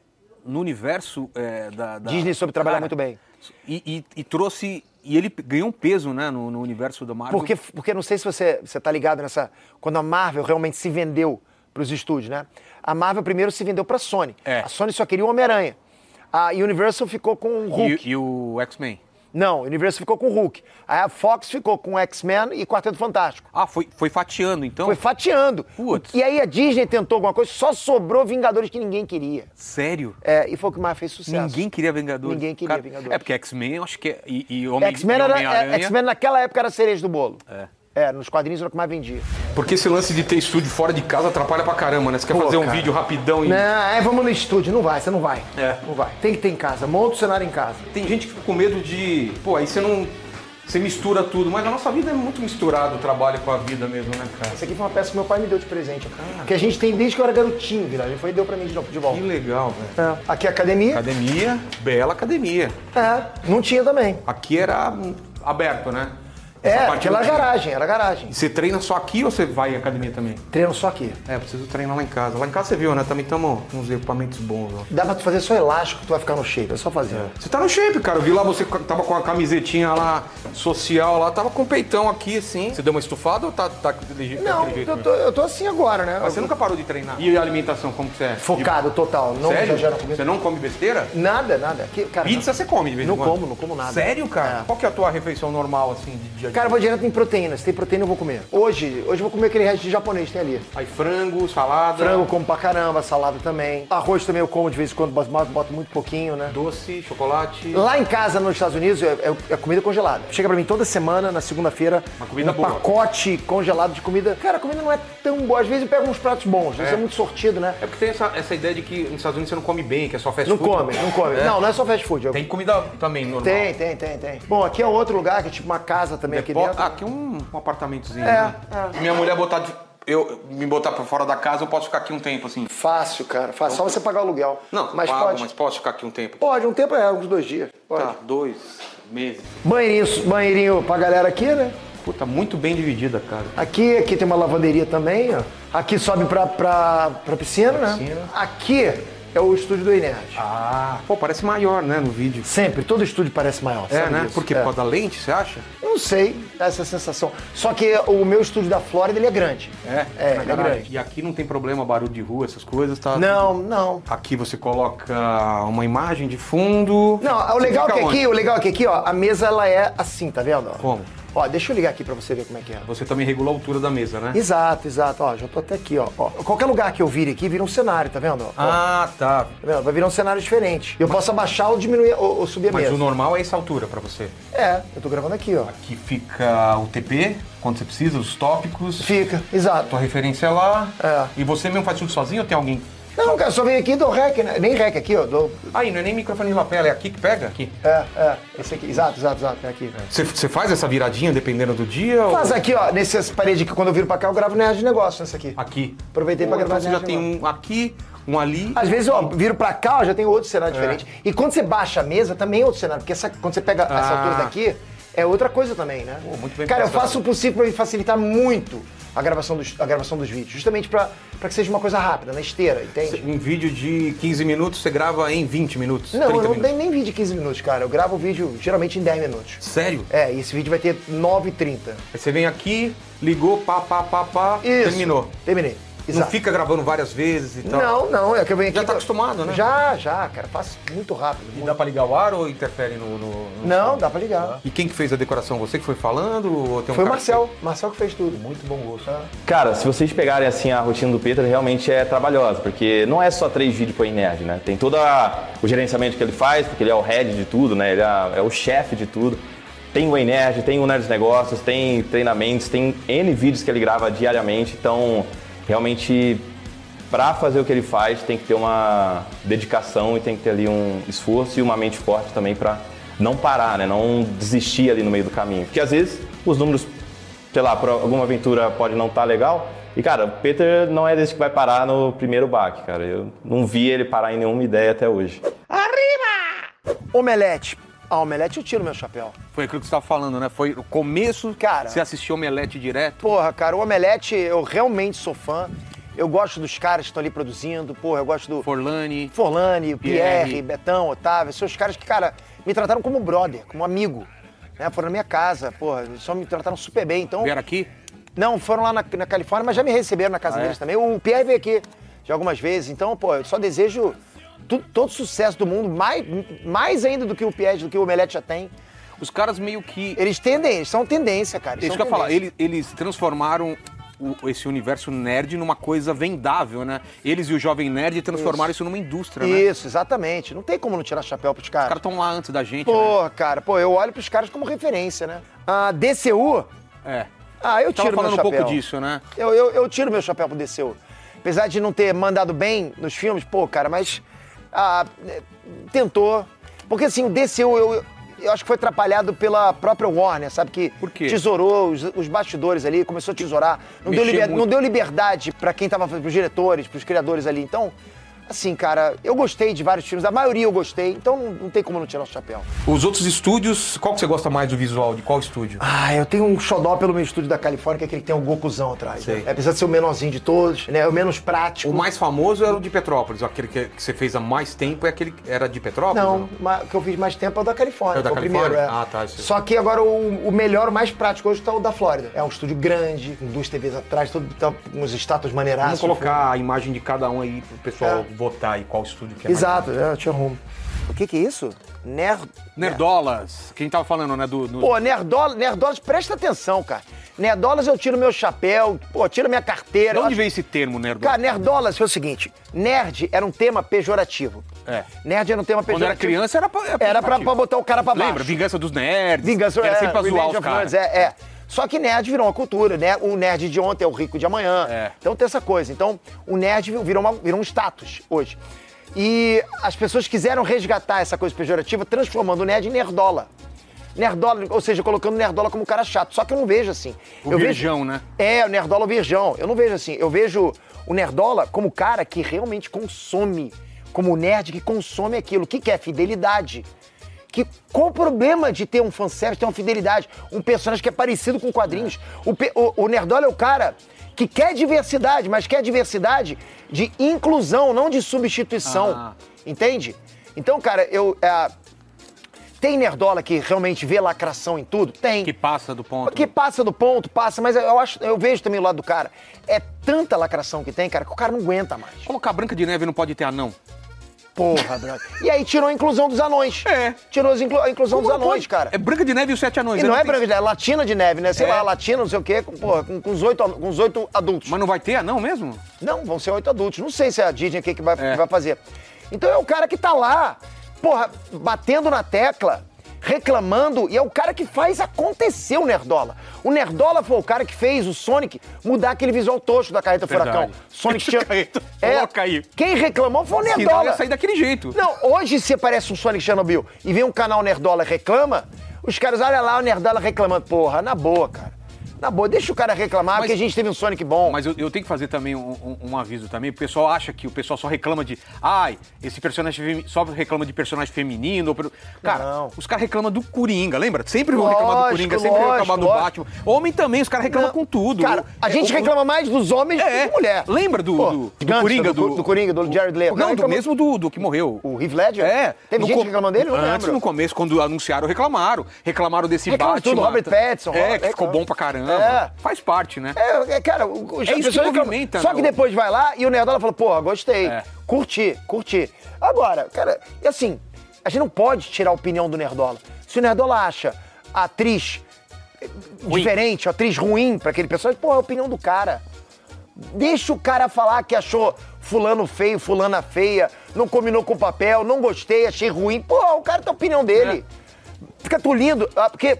Speaker 3: no universo é, da, da-
Speaker 1: Disney soube trabalhar muito bem.
Speaker 3: E, e- e trouxe e ele ganhou um peso, né, no, no universo da Marvel.
Speaker 1: Porque, porque não sei se você, você tá ligado nessa. Quando a Marvel realmente se vendeu para os estúdios, né? A Marvel primeiro se vendeu para a Sony.
Speaker 3: É.
Speaker 1: A Sony só queria o Homem-Aranha. A Universal ficou com o Hulk.
Speaker 3: e, e o X-Men.
Speaker 1: Não, a Universal ficou com o Hulk. Aí a Fox ficou com o X-Men e Quarteto Fantástico.
Speaker 3: Ah, foi, foi fatiando então.
Speaker 1: Foi fatiando.
Speaker 3: Putz.
Speaker 1: E aí a Disney tentou alguma coisa, só sobrou Vingadores que ninguém queria.
Speaker 3: Sério?
Speaker 1: É, e foi o que mais fez sucesso.
Speaker 3: Ninguém queria Vingadores.
Speaker 1: Ninguém queria Vingadores.
Speaker 3: É porque X-Men, eu acho que é, e, e Homem
Speaker 1: X-Men
Speaker 3: e
Speaker 1: era-
Speaker 3: Homem-Aranha.
Speaker 1: é, X-Men naquela época era a cereja do bolo. É. É, nos quadrinhos era o que mais vendia.
Speaker 3: Porque esse lance de ter estúdio fora de casa atrapalha pra caramba, né? Você quer fazer um vídeo rapidão e
Speaker 1: Não, é, vamos no estúdio. Não vai, você não vai.
Speaker 3: É.
Speaker 1: Não vai. Tem que ter em casa. Monta o cenário em casa.
Speaker 3: Tem gente que fica com medo de. Pô, aí você não. Você mistura tudo, mas a nossa vida é muito misturada, o trabalho com a vida mesmo, né, cara?
Speaker 1: Essa aqui foi uma peça que meu pai me deu de presente. Que a gente tem desde que eu era garotinho, Vila. Ele foi e deu pra mim de novo, de
Speaker 3: Que
Speaker 1: volta.
Speaker 3: legal, velho.
Speaker 1: É. Aqui é a academia.
Speaker 3: Academia, bela academia.
Speaker 1: É, não tinha também.
Speaker 3: Aqui era hum, aberto, né?
Speaker 1: É,
Speaker 3: Essa parte
Speaker 1: aquela
Speaker 3: não tinha.
Speaker 1: garagem, era garagem.
Speaker 3: E Você treina só aqui ou você vai à academia também?
Speaker 1: Treino só aqui.
Speaker 3: É, eu preciso treinar lá em casa. Lá em casa você viu, né? Também estamos com uns equipamentos bons, ó.
Speaker 1: Dá pra tu fazer só elástico, tu vai ficar no shape. É só fazer.
Speaker 3: Você tá no shape, cara. Eu vi lá você co- tava com a camisetinha lá social lá, tava com o peitão aqui, assim. Você deu uma estufada ou tá, tá daquele jeito?
Speaker 1: Não,
Speaker 3: daquele jeito
Speaker 1: eu
Speaker 3: mesmo?
Speaker 1: tô, eu tô assim agora, né?
Speaker 3: Mas você nunca parou de treinar. E a alimentação, como que você é?
Speaker 1: Focado, total. Não
Speaker 3: Sério?
Speaker 1: exagero comigo.
Speaker 3: Você não come besteira?
Speaker 1: Nada, nada. Aqui, cara,
Speaker 3: Pizza você come de vez em
Speaker 1: Não
Speaker 3: quando?
Speaker 1: como, não como nada.
Speaker 3: Sério, cara?
Speaker 1: É.
Speaker 3: Qual que é a tua refeição normal, assim, de dia a dia?
Speaker 1: Cara, eu vou direto em proteína. Se tem proteína, eu vou comer. Hoje, hoje eu vou comer aquele resto de japonês que tem ali.
Speaker 3: Aí frango, salada...
Speaker 1: Frango eu como pra caramba, salada também. Arroz também eu como de vez em quando, boto- boto boto muito pouquinho, né?
Speaker 3: Doce, chocolate...
Speaker 1: Lá em casa, nos Estados Unidos, é, é- é comida congelada. Chega pra mim toda semana, na segunda-feira,
Speaker 3: Uma comida
Speaker 1: um
Speaker 3: boa.
Speaker 1: pacote congelado de comida. Cara, a comida não é tão boa. Às vezes eu pego uns pratos bons, não é muito sortido, né?
Speaker 3: É porque tem essa, essa ideia de que nos Estados Unidos você não come bem, que é só fast
Speaker 1: Não
Speaker 3: food.
Speaker 1: come, não come.
Speaker 3: É.
Speaker 1: Não, não é só fast food. eu-
Speaker 3: Tem comida também normal.
Speaker 1: tem, tem, tem, tem. Bom, aqui é outro lugar, que é tipo uma casa também aqui
Speaker 3: Ó,
Speaker 1: dentro. né?
Speaker 3: ah, aqui é um, um apartamentozinho.
Speaker 1: É,
Speaker 3: né? Se Minha mulher botar de- eu me botar pra fora da casa, eu posso ficar aqui um tempo, assim.
Speaker 1: Fácil, cara. Fácil. Só você pagar o aluguel.
Speaker 3: Não,
Speaker 1: mas
Speaker 3: pago,
Speaker 1: pode.
Speaker 3: mas posso ficar aqui um tempo.
Speaker 1: Pode, um tempo é, uns dois dias. Pode.
Speaker 3: Tá, dois meses.
Speaker 1: Banheirinho, banheirinho pra galera aqui, né?
Speaker 3: Puta, muito bem dividida, cara.
Speaker 1: Aqui, aqui tem uma lavanderia também, ó. Aqui sobe pra, pra, pra piscina, né?
Speaker 3: piscina.
Speaker 1: Aqui é o estúdio do Inerd.
Speaker 3: Ah, pô, parece maior, né, no vídeo.
Speaker 1: Sempre, todo estúdio parece maior.
Speaker 3: É,
Speaker 1: sabe
Speaker 3: né?
Speaker 1: disso?
Speaker 3: Por quê?
Speaker 1: É.
Speaker 3: Por causa da lente, você acha?
Speaker 1: Não sei, dá essa sensação. Só que o meu estúdio da Flórida, ele é grande. É,
Speaker 3: na
Speaker 1: ele é
Speaker 3: garagem.
Speaker 1: grande.
Speaker 3: E aqui não tem problema barulho de rua, essas coisas, tá?
Speaker 1: Não, não.
Speaker 3: Aqui você coloca uma imagem de fundo.
Speaker 1: Não, o
Speaker 3: Você
Speaker 1: legal é
Speaker 3: fica
Speaker 1: que
Speaker 3: onde?
Speaker 1: aqui, o legal é que aqui, ó, a mesa ela é assim, tá vendo? ó?
Speaker 3: Como?
Speaker 1: Ó, deixa eu ligar aqui pra você ver como é que é.
Speaker 3: Você também regula a altura da mesa, né?
Speaker 1: Exato, exato. Ó, já tô até aqui, ó. Ó, Qualquer lugar que eu vire aqui, vira um cenário, tá vendo? Ó,
Speaker 3: Ah, tá.
Speaker 1: Tá vendo? Vai virar um cenário diferente. Eu posso abaixar ou diminuir ou, ou subir a
Speaker 3: Mas
Speaker 1: mesa.
Speaker 3: o normal é essa altura pra você.
Speaker 1: É, eu tô gravando aqui, ó.
Speaker 3: Aqui fica o TP, quando você precisa, os tópicos.
Speaker 1: Fica, exato.
Speaker 3: Tua referência é lá.
Speaker 1: É.
Speaker 3: E você mesmo faz tudo sozinho ou tem alguém?
Speaker 1: Não, cara, só vem aqui e dou rec, né? Nem rec aqui, ó. Dou...
Speaker 3: Aí, não é nem microfone de lapela, é aqui que pega? Aqui.
Speaker 1: É, é. Esse aqui, exato, exato, exato. É aqui.
Speaker 3: Você- Você faz essa viradinha dependendo do dia?
Speaker 1: Faz
Speaker 3: ou...
Speaker 1: aqui, ó, nessas paredes que quando eu viro pra cá, eu gravo Nerd de Negócio nessa aqui.
Speaker 3: Aqui.
Speaker 1: Aproveitei pra
Speaker 3: Ou
Speaker 1: gravar
Speaker 3: então Você
Speaker 1: Nerd
Speaker 3: já tem um aqui, um ali.
Speaker 1: Às vezes, ó, viro pra cá, ó, já tem outro
Speaker 3: É.
Speaker 1: cenário diferente. E quando você baixa a mesa, também é outro cenário. Porque essa, quando você pega essa
Speaker 3: Ah.
Speaker 1: altura daqui, é outra coisa também, né?
Speaker 3: Pô, muito bem
Speaker 1: Cara, eu
Speaker 3: pensado.
Speaker 1: faço o possível pra me facilitar muito a gravação dos, a gravação dos vídeos. Justamente pra, pra que seja uma coisa rápida, na esteira, entende?
Speaker 3: Um vídeo de 15 minutos você grava em 20 minutos?
Speaker 1: Não,
Speaker 3: 30
Speaker 1: eu não
Speaker 3: minutos.
Speaker 1: tenho nem vídeo de 15 minutos, cara. Eu gravo o vídeo geralmente em 10 minutos.
Speaker 3: Sério?
Speaker 1: É, e esse vídeo vai ter 9h30.
Speaker 3: Aí Você vem aqui, ligou, pá, pá, pá, pá,
Speaker 1: Isso.
Speaker 3: terminou.
Speaker 1: Terminei. Exato.
Speaker 3: Não fica gravando várias vezes e tal.
Speaker 1: Não, não, é que eu venho aqui.
Speaker 3: Já tá acostumado, né?
Speaker 1: Já, já, cara. Faço muito rápido.
Speaker 3: E
Speaker 1: muito.
Speaker 3: dá pra ligar o ar ou interfere no. no- no
Speaker 1: Não,
Speaker 3: som?
Speaker 1: dá pra ligar.
Speaker 3: E quem que fez a decoração? Você que foi falando? Ou tem um
Speaker 1: Foi o
Speaker 3: cara que
Speaker 1: Marcel. Marcel que fez tudo. Muito bom gosto.
Speaker 10: Cara, se vocês pegarem assim a rotina do Peter, realmente é trabalhosa, porque não é só três vídeos pro Nerd, né? Tem todo a- o gerenciamento que ele faz, porque ele é o head de tudo, né? Ele é, é o chefe de tudo. Tem o Nerd, tem o Nerd Negócios, tem treinamentos, tem N vídeos que ele grava diariamente, então realmente pra fazer o que ele faz tem que ter uma dedicação e tem que ter ali um esforço e uma mente forte também pra não parar, né? Não desistir ali no meio do caminho. Porque às vezes os números sei lá, por alguma aventura pode não estar legal. E, cara, o Peter não é desse que vai parar no primeiro baque, cara. Eu não vi ele parar em nenhuma ideia até hoje.
Speaker 1: Omelete. Ah, omelete eu tiro meu chapéu.
Speaker 3: Foi aquilo que você tava falando, né? Foi o começo.
Speaker 1: Cara.
Speaker 3: Você assistiu Omelete direto.
Speaker 1: Porra, cara, o omelete eu realmente sou fã. Eu gosto dos caras que estão ali produzindo. Porra, eu gosto do
Speaker 3: Forlani.
Speaker 1: Forlani, Pierre,
Speaker 3: Pierre.
Speaker 1: Betão, Otávio. São os caras que, cara, me trataram como brother, como amigo. Né? Foram na minha casa, porra, eles só me trataram super bem. Então,
Speaker 3: Vieram aqui?
Speaker 1: Não, foram lá na, na Califórnia, mas já me receberam na casa
Speaker 3: Ah, é?
Speaker 1: deles também. O Pierre veio aqui já algumas vezes, então, pô, eu só desejo tu- todo sucesso do mundo, mais, mais ainda do que o Pierre, do que o Omelete já tem.
Speaker 3: Os caras meio que.
Speaker 1: Eles tendem, eles são tendência, cara.
Speaker 3: É isso que eu ia falar. Eles, eles transformaram o- esse universo nerd numa coisa vendável, né? Eles e o jovem nerd transformaram isso, numa indústria, né?
Speaker 1: Isso, exatamente. Não tem como não tirar chapéu pros
Speaker 3: Os
Speaker 1: caras.
Speaker 3: caras estão lá antes da gente, né?
Speaker 1: Porra, cara, pô, eu olho pros caras como referência, né? A DCU,
Speaker 3: É.
Speaker 1: ah, eu
Speaker 3: Tava
Speaker 1: tiro meu
Speaker 3: falando um
Speaker 1: chapéu.
Speaker 3: pouco disso, né?
Speaker 1: Eu, eu, eu tiro meu chapéu pro DCU. Apesar de não ter mandado bem nos filmes, pô, cara, mas. ah, é, tentou. Porque assim, o DCU, eu, eu acho que foi atrapalhado pela própria Warner, sabe? Que
Speaker 3: Por quê?
Speaker 1: tesourou os, os bastidores ali, começou a tesourar. Não deu,
Speaker 3: Mexer
Speaker 1: liber-
Speaker 3: muito.
Speaker 1: não deu liberdade pra quem tava fazendo, pros diretores, pros criadores ali. Então, assim, cara, eu gostei de vários filmes, da maioria eu gostei, então não, não tem como não tirar o chapéu.
Speaker 3: Os outros estúdios, qual que você gosta mais do visual? De qual estúdio?
Speaker 1: Ah, eu tenho um xodó pelo meu estúdio da Califórnia, que é aquele que tem um Gokuzão atrás. Né?
Speaker 3: Sei.
Speaker 1: É, apesar de ser o menorzinho de todos, né? É o menos prático.
Speaker 3: O mais famoso era o de Petrópolis. Aquele que que você fez há mais tempo é aquele que era de Petrópolis?
Speaker 1: Não, ma- o que eu fiz mais tempo é o da Califórnia.
Speaker 3: É o da
Speaker 1: foi
Speaker 3: Califórnia?
Speaker 1: primeiro, é.
Speaker 3: Ah, tá, isso.
Speaker 1: Só que agora o, o melhor, o mais prático hoje tá o da Flórida. É um estúdio grande, com duas TVs atrás, tudo tá com uns estátuas maneiraços.
Speaker 3: Vamos colocar a imagem de cada um aí pro pessoal
Speaker 1: É.
Speaker 3: votar aí qual estúdio que é mais
Speaker 1: Exato, é, eu te arrumo. O que que é isso? Nerd...
Speaker 3: Nerdolas, quem tava falando, né? Do, do-
Speaker 1: Pô, Nerdolas, Nerdolas, presta atenção, cara. Nerdolas eu tiro meu chapéu, pô, tiro minha carteira.
Speaker 3: de
Speaker 1: eu
Speaker 3: onde
Speaker 1: acho-
Speaker 3: veio esse termo, Nerdolas?
Speaker 1: Cara, Nerdolas foi o seguinte, nerd era um tema pejorativo.
Speaker 3: É.
Speaker 1: Nerd era um tema pejorativo.
Speaker 3: Quando era criança era pra,
Speaker 1: Era pra, pra botar o cara pra baixo.
Speaker 3: Lembra? Vingança dos Nerds.
Speaker 1: Vingança
Speaker 3: Era
Speaker 1: é,
Speaker 3: sempre pra zoar
Speaker 1: Revenge
Speaker 3: os
Speaker 1: of
Speaker 3: caras.
Speaker 1: Nerds, É, é. Só que nerd virou uma cultura, né? O nerd de ontem é o rico de amanhã.
Speaker 3: É.
Speaker 1: Então tem essa coisa. Então o nerd virou, uma- virou um status hoje. E as pessoas quiseram resgatar essa coisa pejorativa, transformando o nerd em nerdola. Nerdola, ou seja, colocando nerdola como um cara chato. Só que eu não vejo assim.
Speaker 3: O
Speaker 1: eu
Speaker 3: virgão,
Speaker 1: vejo...
Speaker 3: né?
Speaker 1: É, o nerdola o virgão. Eu não vejo assim. Eu vejo o nerdola como o cara que realmente consome, como o nerd que consome aquilo. O que, que é fidelidade? Que, qual o problema de ter um fanservice, ter uma fidelidade? Um personagem que é parecido com quadrinhos. O, pe- o, o nerdola é o cara que quer diversidade, mas quer diversidade de inclusão, não de substituição.
Speaker 3: Ah.
Speaker 1: Entende? Então, cara, eu... é, tem nerdola que realmente vê lacração em tudo? Tem.
Speaker 3: Que passa do ponto.
Speaker 1: Que passa do ponto, passa, mas eu acho, eu vejo também o lado do cara. É tanta lacração que tem, cara, que o cara não aguenta mais.
Speaker 3: Colocar Branca de Neve não pode ter anão.
Speaker 1: Porra, brother. E aí tirou a inclusão dos anões. É. Tirou as inclu- a inclusão dos
Speaker 3: não
Speaker 1: anões,
Speaker 3: pode?
Speaker 1: cara.
Speaker 3: É Branca de Neve e os Sete Anões.
Speaker 1: E
Speaker 3: né?
Speaker 1: não é
Speaker 3: tem-
Speaker 1: branca de neve, é latina de neve, né? Sei
Speaker 3: É.
Speaker 1: lá, latina, não sei o quê, com, porra, com, com os oito, an- com os oito adultos.
Speaker 3: Mas não vai ter anão mesmo?
Speaker 1: Não, vão ser oito adultos. Não sei se é a Disney aqui que vai, que vai fazer. Então é o cara que tá lá, porra, batendo na tecla, reclamando, e é o cara que faz acontecer o Nerdola. O Nerdola foi o cara que fez o Sonic mudar aquele visual tosco da carreta
Speaker 3: Verdade.
Speaker 1: Furacão. Sonic tinha...
Speaker 3: Carreta,
Speaker 1: É,
Speaker 3: coloca aí.
Speaker 1: Quem reclamou foi o
Speaker 3: Senão
Speaker 1: Nerdola.
Speaker 3: ia sair daquele jeito.
Speaker 1: Não, hoje se aparece um Sonic Chernobyl e vem um canal Nerdola e reclama, os caras, olha lá o Nerdola reclamando. Porra, na boa, cara. Na boa, deixa o cara reclamar, porque a gente teve um Sonic bom.
Speaker 3: Mas eu, eu tenho que fazer também um, um- um aviso também. O pessoal acha que o pessoal só reclama de. Ai, esse personagem femi- só reclama de personagem feminino. ou per- Cara, os caras reclamam do Coringa, lembra? Sempre vão reclamar do
Speaker 1: Lógico,
Speaker 3: Coringa, sempre vão reclamar do
Speaker 1: lógico,
Speaker 3: Batman. Homem também, os caras reclamam
Speaker 1: Não,
Speaker 3: com tudo.
Speaker 1: Cara, a
Speaker 3: É,
Speaker 1: gente
Speaker 3: o- É,
Speaker 1: reclama mais dos homens do que de mulher.
Speaker 3: Lembra do,
Speaker 1: Pô,
Speaker 3: do, do
Speaker 1: Gangsta,
Speaker 3: Coringa?
Speaker 1: do, do Coringa, do Jared Leto.
Speaker 3: Não,
Speaker 1: Cara,
Speaker 3: do
Speaker 1: reclamou-
Speaker 3: mesmo do, do que morreu.
Speaker 1: O Heath Ledger?
Speaker 3: É.
Speaker 1: Teve
Speaker 3: no
Speaker 1: gente
Speaker 3: co-
Speaker 1: reclamando dele? Eu Não
Speaker 3: Antes,
Speaker 1: lembro.
Speaker 3: no começo, quando anunciaram, reclamaram. Reclamaram desse
Speaker 1: Reclamam
Speaker 3: Batman.
Speaker 1: tudo, Robert Pattinson,
Speaker 3: É,
Speaker 1: Robert-
Speaker 3: que ficou bom pra caramba.
Speaker 1: É.
Speaker 3: Faz parte, né?
Speaker 1: É, é, cara, o, o-
Speaker 3: É
Speaker 1: a
Speaker 3: isso que
Speaker 1: pessoa reclama.
Speaker 3: movimenta,
Speaker 1: Só
Speaker 3: né,
Speaker 1: que
Speaker 3: o-
Speaker 1: depois vai lá e o Nerdola fala, porra, gostei,
Speaker 3: É.
Speaker 1: curti, curti. Agora, cara, e assim, a gente não pode tirar a opinião do Nerdola. Se o Nerdola acha a atriz eh, diferente, a atriz ruim pra aquele personagem, porra, é a opinião do cara. Deixa o cara falar que achou fulano feio, fulana feia, não combinou com o papel, não gostei, achei ruim. Porra, o cara tem a opinião dele. Fica tolindo, ah, porque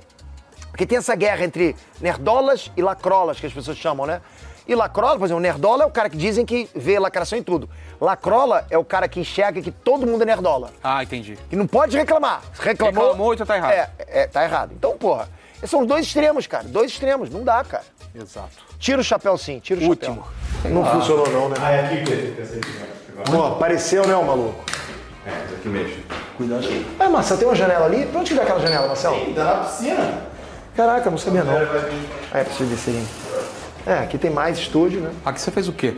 Speaker 1: porque tem essa guerra entre nerdolas e lacrolas, que as pessoas chamam, né? E lacrola, por exemplo, nerdola é o cara que dizem que vê lacração em tudo. Lacrola é o cara que enxerga que todo mundo é nerdola.
Speaker 3: Ah, entendi.
Speaker 1: E não pode reclamar. Se Reclamou,
Speaker 3: Reclamou, então tá errado.
Speaker 1: É, é, tá errado. Então, porra, esses são dois extremos, cara. Dois extremos, não dá, cara.
Speaker 3: Exato.
Speaker 1: Tira o chapéu sim, tira o
Speaker 3: Último.
Speaker 1: chapéu. Não funcionou não, né?
Speaker 5: Ah, é aqui que eu pensei que agora.
Speaker 1: Pô, apareceu, né, o maluco?
Speaker 5: É, isso aqui mesmo.
Speaker 1: Ah, Marcelo, tem uma janela ali? Pra onde que dá aquela janela, Marcelo?
Speaker 5: Dá na piscina.
Speaker 1: Caraca, não sabia não. Ah, é preciso descer aí. É, aqui tem mais estúdio, né?
Speaker 3: Aqui você fez o quê?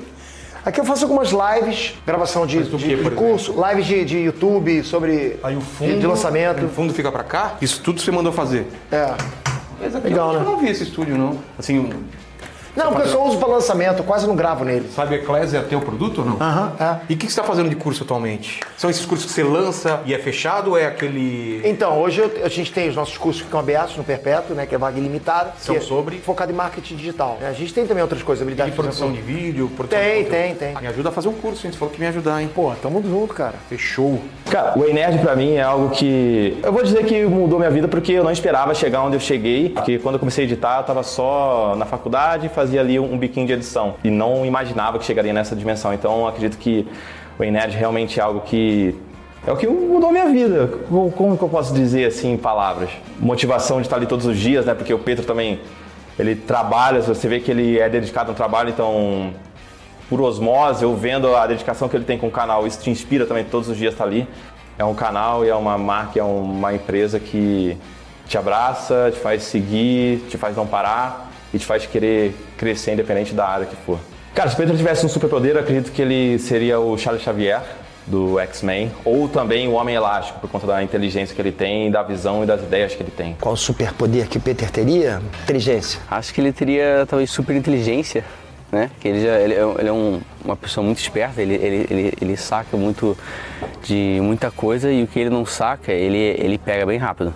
Speaker 1: Aqui eu faço algumas lives, gravação de, de- de curso, lives de, de YouTube sobre
Speaker 3: Aí o fundo.
Speaker 1: de, de lançamento.
Speaker 3: O fundo fica pra cá? Isso tudo você mandou fazer.
Speaker 1: É.
Speaker 3: Mas aqui
Speaker 1: Legal,
Speaker 3: eu acho
Speaker 1: né?
Speaker 3: que eu não vi esse estúdio, não. Assim, um-
Speaker 1: Não, porque eu só uso para lançamento, eu quase não gravo neles.
Speaker 3: Cyberclass é teu produto ou não?
Speaker 1: Aham, é.
Speaker 3: E o que que você está fazendo de curso atualmente? São esses cursos que você lança e é fechado ou é aquele.
Speaker 1: Então, hoje eu- a gente tem os nossos cursos que ficam abertos no Perpétuo, né? Que é vaga ilimitada.
Speaker 3: São
Speaker 1: que é
Speaker 3: sobre?
Speaker 1: Focado em marketing digital. É, A gente tem também outras coisas, habilidades.
Speaker 3: De produção de vídeo, produção
Speaker 1: Então, Tem,
Speaker 3: de conteúdo?
Speaker 1: tem, tem.
Speaker 3: Ah, Me ajuda a fazer um curso, gente. Você falou que me ajudar, hein?
Speaker 1: Pô, tamo junto, cara.
Speaker 3: Fechou.
Speaker 10: Cara, o Ei Nerd pra mim é algo que. Eu vou dizer que mudou minha vida porque eu não esperava chegar onde eu cheguei. Porque quando eu comecei a editar, eu tava só na faculdade e fazia ali um biquinho de edição. E não imaginava que chegaria nessa dimensão. Então eu acredito que o Ei Nerd realmente é algo que. É o que mudou minha vida. Como- Como que eu posso dizer assim em palavras? Motivação de estar ali todos os dias, né? Porque o Pedro também. Ele trabalha, você vê que ele é dedicado ao trabalho, então por osmose, eu vendo a dedicação que ele tem com o canal, isso te inspira também todos os dias estar ali. É um canal e é uma marca, é uma empresa que te abraça, te faz seguir, te faz não parar e te faz querer crescer independente da área que for. Cara, se o Pedro tivesse um superpoder, eu acredito que ele seria o Charles Xavier do X-Men ou também o Homem Elástico por conta da inteligência que ele tem, da visão e das ideias que ele tem.
Speaker 6: Qual o superpoder que o Peter teria? Inteligência.
Speaker 7: Acho que ele teria talvez super inteligência, né? Que ele já ele, é um- ele é um- uma pessoa muito esperta, ele, ele, ele, ele saca muito de muita coisa e o que ele não saca, ele, ele pega bem rápido.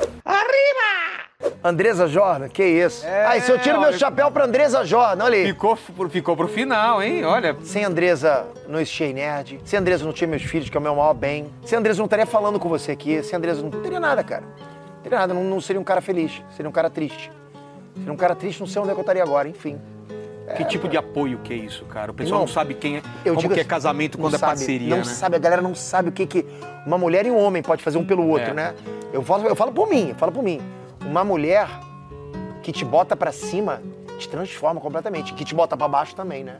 Speaker 1: Andresa Jordan, que isso? Aí, se eu tiro meu
Speaker 3: olha-
Speaker 1: chapéu pra Andresa Jordan, olha aí.
Speaker 3: Ficou, pro- ficou pro final, hein? Olha.
Speaker 1: Sem Andresa não existia nerd. Sem Andresa não tinha meus filhos, que é o meu maior bem. Sem Andresa não estaria falando com você aqui. Sem Andresa não teria nada, cara. Não teria nada, não, não seria um cara feliz. Seria um cara triste. Seria um cara triste, não sei onde é que eu estaria agora, enfim.
Speaker 3: que tipo de apoio que é isso, cara? O pessoal
Speaker 1: Irmão,
Speaker 3: não sabe quem é.
Speaker 1: Eu
Speaker 3: como
Speaker 1: digo
Speaker 3: que é
Speaker 1: assim,
Speaker 3: casamento
Speaker 1: não
Speaker 3: quando
Speaker 1: sabe,
Speaker 3: é parceria,
Speaker 1: Não
Speaker 3: né?
Speaker 1: sabe, a galera não sabe o que, que uma mulher e um homem pode fazer um pelo outro,
Speaker 3: É.
Speaker 1: né? Eu falo, eu falo por mim, eu falo por mim. Uma mulher que te bota pra cima te transforma completamente, que te bota pra baixo também, né?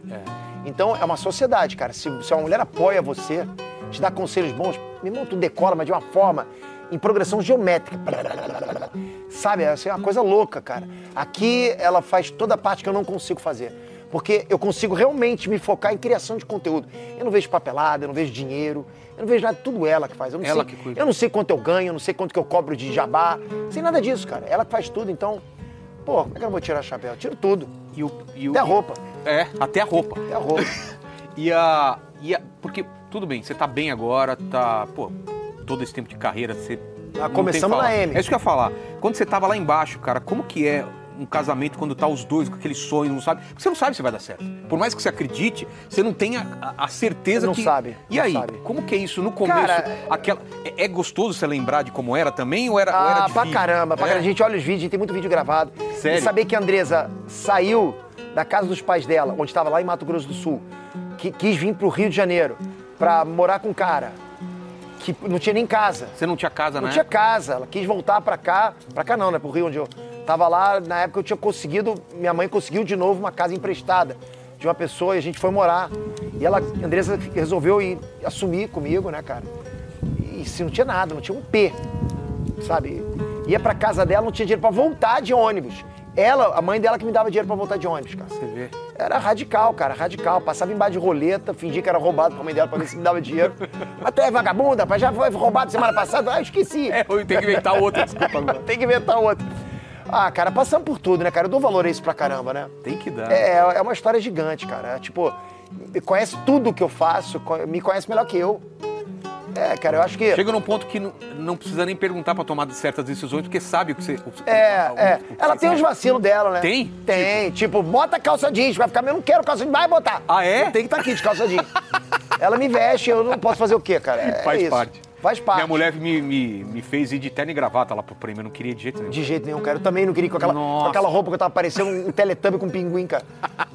Speaker 1: Então é uma sociedade, cara. Se, se uma mulher apoia você, te dá conselhos bons, meu irmão, tu decola, mas de uma forma em progressão geométrica. Sabe, assim, é uma coisa louca, cara. Aqui ela faz toda a parte que eu não consigo fazer. Porque eu consigo realmente me focar em criação de conteúdo. Eu não vejo papelada, eu não vejo dinheiro, eu não vejo nada, tudo ela que faz. Eu não
Speaker 3: Ela
Speaker 1: sei,
Speaker 3: que cuida.
Speaker 1: Eu não sei quanto eu ganho, eu não sei quanto que eu cobro de jabá, não sei nada disso, cara. Ela que faz tudo, então, pô, como é que eu vou tirar o chapéu? Eu tiro tudo.
Speaker 3: E o, e o-
Speaker 1: Até a roupa.
Speaker 3: É, até a roupa.
Speaker 1: Até a roupa.
Speaker 3: E a. E a porque tudo bem, você tá bem agora, tá. Pô, todo esse tempo de carreira, você.
Speaker 1: Ah,
Speaker 3: não tem
Speaker 11: começamos
Speaker 3: fala.
Speaker 11: na M.
Speaker 3: É isso que eu ia falar. Quando você tava lá embaixo, cara, como que é um casamento quando tá os dois com aquele sonho, não sabe? Porque você não sabe se vai dar certo. Por mais que você acredite, você não tem a, a certeza
Speaker 11: Não
Speaker 3: que.
Speaker 11: sabe,
Speaker 3: E
Speaker 11: não
Speaker 3: aí,
Speaker 11: sabe.
Speaker 3: como que é isso? No começo,
Speaker 11: Cara,
Speaker 3: aquela. É, é gostoso você lembrar de como era também ou era, ou era
Speaker 1: Ah, pra
Speaker 3: difícil?
Speaker 1: caramba, pra
Speaker 3: É?
Speaker 1: caramba. A gente olha os vídeos, tem muito vídeo gravado.
Speaker 3: Sério?
Speaker 1: E saber que a Andresa saiu da casa dos pais dela, onde estava lá em Mato Grosso do Sul, que quis vir pro Rio de Janeiro pra morar com um cara que não tinha nem casa.
Speaker 3: Você não tinha casa,
Speaker 1: Não
Speaker 3: né?
Speaker 1: tinha casa, ela quis voltar pra cá, pra cá não, né, pro Rio onde eu tava lá, na época eu tinha conseguido, minha mãe conseguiu de novo uma casa emprestada de uma pessoa e a gente foi morar. E ela, a Andressa resolveu ir assumir comigo, né, cara? E se não tinha nada, não tinha um P, sabe? Ia pra casa dela, não tinha dinheiro pra voltar de ônibus. Ela, a mãe dela que me dava dinheiro pra voltar de ônibus, cara. Você
Speaker 3: vê.
Speaker 1: Era radical, cara, radical. Passava em bar de roleta, fingia que era roubado pra mãe dela pra ver se me dava dinheiro. Mas tu é vagabunda, pai, já foi roubado semana passada? Ah, esqueci. É,
Speaker 3: eu tenho que inventar outra, desculpa agora.
Speaker 1: Tem que inventar outra. Ah, cara, passamos por tudo, né, cara? Eu dou valor a isso pra caramba, né?
Speaker 3: Tem que dar.
Speaker 1: É, é uma história gigante, cara. É, tipo, conhece tudo que eu faço, co- me conhece melhor que eu. É, cara, eu acho que.
Speaker 3: Chega num ponto que não, não precisa nem perguntar pra tomar certas decisões, porque sabe o que você. tá
Speaker 1: É, é. Ela tem os vacilos dela, né?
Speaker 3: Tem?
Speaker 1: Tem. Tipo, bota calça jeans, vai ficar, mas eu não quero calça jeans, vai botar.
Speaker 3: Ah, é?
Speaker 1: Tem que estar aqui de calça jeans. Ela me veste, eu não posso fazer o quê, cara? É
Speaker 3: Faz
Speaker 1: isso.
Speaker 3: parte.
Speaker 1: Faz parte.
Speaker 3: Minha mulher me, me, me fez ir de terno e gravata lá pro prêmio, eu não queria de jeito nenhum.
Speaker 1: De jeito nenhum, cara. Eu também não queria ir com aquela, com aquela roupa que eu tava parecendo um teletubbie com um pinguim, cara.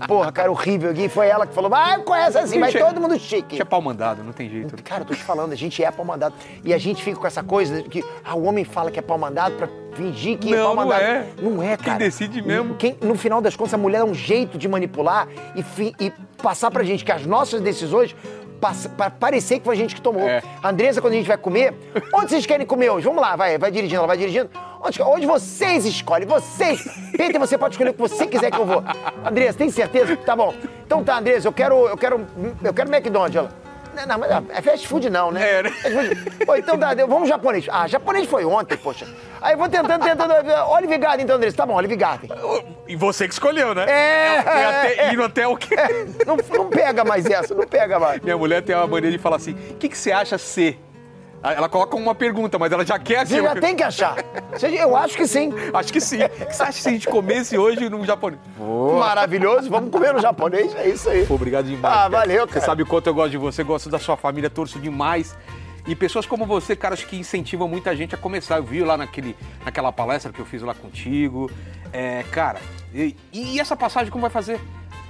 Speaker 1: Porra, cara, horrível. E foi ela que falou, vai, conhece assim, vai
Speaker 3: Gente,
Speaker 1: todo mundo chique.
Speaker 3: Tinha pau mandado, não tem jeito.
Speaker 1: Cara, eu tô te falando, a gente é pau mandado. E a gente fica com essa coisa que ah, o homem fala que é pau mandado pra fingir que é pau
Speaker 3: Não, não
Speaker 1: mandado.
Speaker 3: é.
Speaker 1: Não é,
Speaker 3: Quem
Speaker 1: cara.
Speaker 3: decide mesmo.
Speaker 1: Quem, no final das contas, a mulher é um jeito de manipular e, fi- e passar pra gente que as nossas decisões. passa- Pra parecer que foi a gente que tomou.
Speaker 3: É.
Speaker 1: A Andresa, quando a gente vai comer, onde vocês querem comer hoje? Vamos lá, vai, vai dirigindo, ela vai dirigindo. Onde, onde vocês escolhem, vocês. Peter, você pode escolher o que você quiser que eu vou. Andresa, tem certeza? Tá bom. Então tá, Andresa, eu quero, eu quero, eu quero McDonald's. Ela, não, não, mas é fast food não, né? É, né? Pô, então tá, vamos japonês. Ah, japonês foi ontem, poxa. Aí eu vou tentando, tentando. Olive Garden, então, Andressa. Tá bom, Olive Garden.
Speaker 3: E você que escolheu, né?
Speaker 1: É,
Speaker 3: Foi até-
Speaker 1: é, é.
Speaker 3: Indo até o quê?
Speaker 1: Não, não pega mais essa, não pega mais.
Speaker 3: Minha mulher tem uma mania de falar assim: o que, que você acha ser? Ah, Ela coloca uma pergunta, mas ela já quer
Speaker 1: Você já tem que achar. Você- Eu acho que sim.
Speaker 3: Acho que sim. O que você acha se a gente comesse hoje num japonês?
Speaker 1: Maravilhoso, vamos comer no japonês, é isso aí.
Speaker 3: Obrigado demais.
Speaker 1: Ah, valeu,
Speaker 3: Você
Speaker 1: cara.
Speaker 3: sabe o quanto eu gosto de você, gosto da sua família, torço demais. E pessoas como você, caras que incentivam muita gente a começar. Eu vi lá naquele, naquela palestra que eu fiz lá contigo. É, cara, e, e essa passagem como vai fazer?